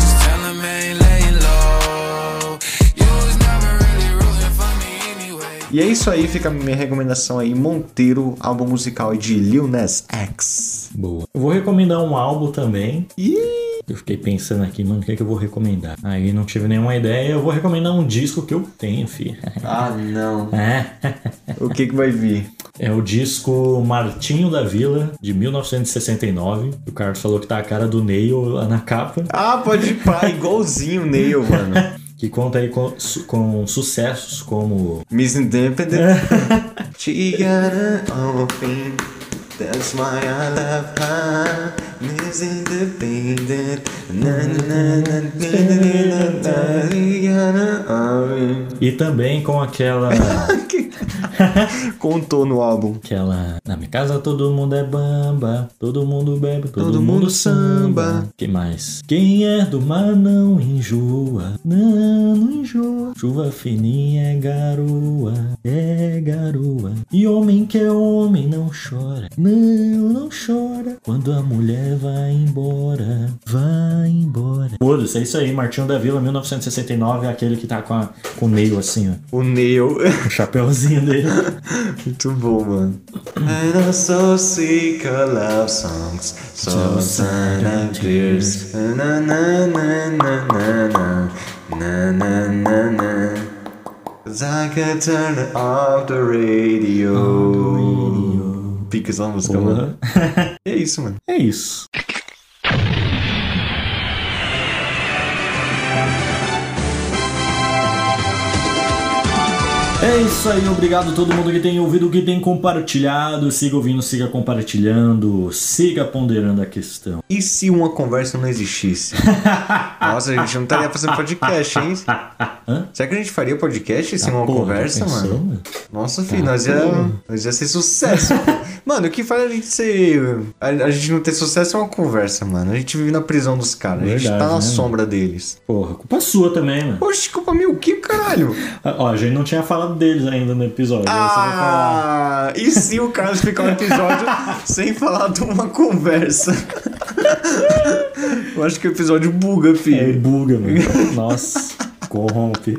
C: Just tell 'em I ain't laying low. You was never really rooting for me anyway.
B: E é isso aí, fica a minha recomendação aí, Monteiro, álbum musical aí de Lil Nas X.
A: Boa. Eu vou recomendar um álbum também.
B: Ih!
A: Eu fiquei pensando aqui, mano, o que, é que eu vou recomendar? Aí não tive nenhuma ideia. Eu vou recomendar um disco que eu tenho, fi.
B: Ah, não.
A: É.
B: O que que vai vir?
A: É o disco Martinho da Vila, de 1969. O Carlos falou que tá a cara do Neil lá na capa.
B: Ah, pode ir pá, igualzinho o Neil, mano.
A: Que conta aí com, su- com sucessos como
B: Miss Independent. She got her own thing. That's why I love her. Miss Independent. Na, na, na, na, na, na, na. She got her own
A: E também com aquela.
B: thing. Contou no álbum.
A: aquela. Na minha casa todo mundo é bamba, todo mundo bebe, todo,
B: Todo mundo
A: mundo samba.
B: samba.
A: Que mais? Quem é do mar não enjoa, não, não enjoa. Chuva fininha é garoa, é garoa. E homem que é homem não chora, não, não chora. Quando a mulher vai embora, vai embora. Foda-se, é isso aí, Martinho da Vila, 1969, é aquele que tá com, a, com o meio assim, ó.
B: O Neil.
A: O chapéuzinho dele.
B: Muito bom, mano. And I'm so sick of love songs. So sad and tears. Na na na na na na. Na na na na. 'Cause I can turn off the radio. Pica essa música, mano. É isso, mano.
A: É isso. É isso aí, obrigado a todo mundo que tem ouvido, que tem compartilhado. Siga ouvindo, siga compartilhando, siga ponderando a questão.
B: E se uma conversa não existisse? Nossa, a gente não estaria fazendo podcast, hein?
A: Hã?
B: Será que a gente faria podcast sem uma
A: Porra,
B: conversa,
A: já
B: mano?
A: pensou,
B: Nossa,
A: Tá
B: filho, nós, ia,
A: bom.
B: nós ia ser sucesso. mano, o que faz a gente ser. A, a gente não ter sucesso é uma conversa, mano. A gente vive na prisão dos caras. A gente
A: Verdade,
B: tá na
A: né,
B: sombra deles.
A: Porra, culpa sua também, mano.
B: Poxa, culpa minha, o que, caralho?
A: Ah, Ó, a gente não tinha falado deles ainda no episódio. aí você vai falar.
B: Ah, e se o Carlos ficar um episódio sem falar de uma conversa? Eu acho que o episódio buga,
A: É,
B: filho.
A: buga, mano. Nossa, corrompe.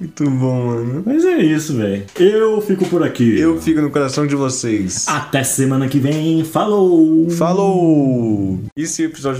B: Muito bom, mano.
A: Mas é isso, velho. Eu fico por aqui.
B: Eu fico no coração de vocês.
A: Ah. Até semana que vem. Falou!
B: Falou! E se o episódio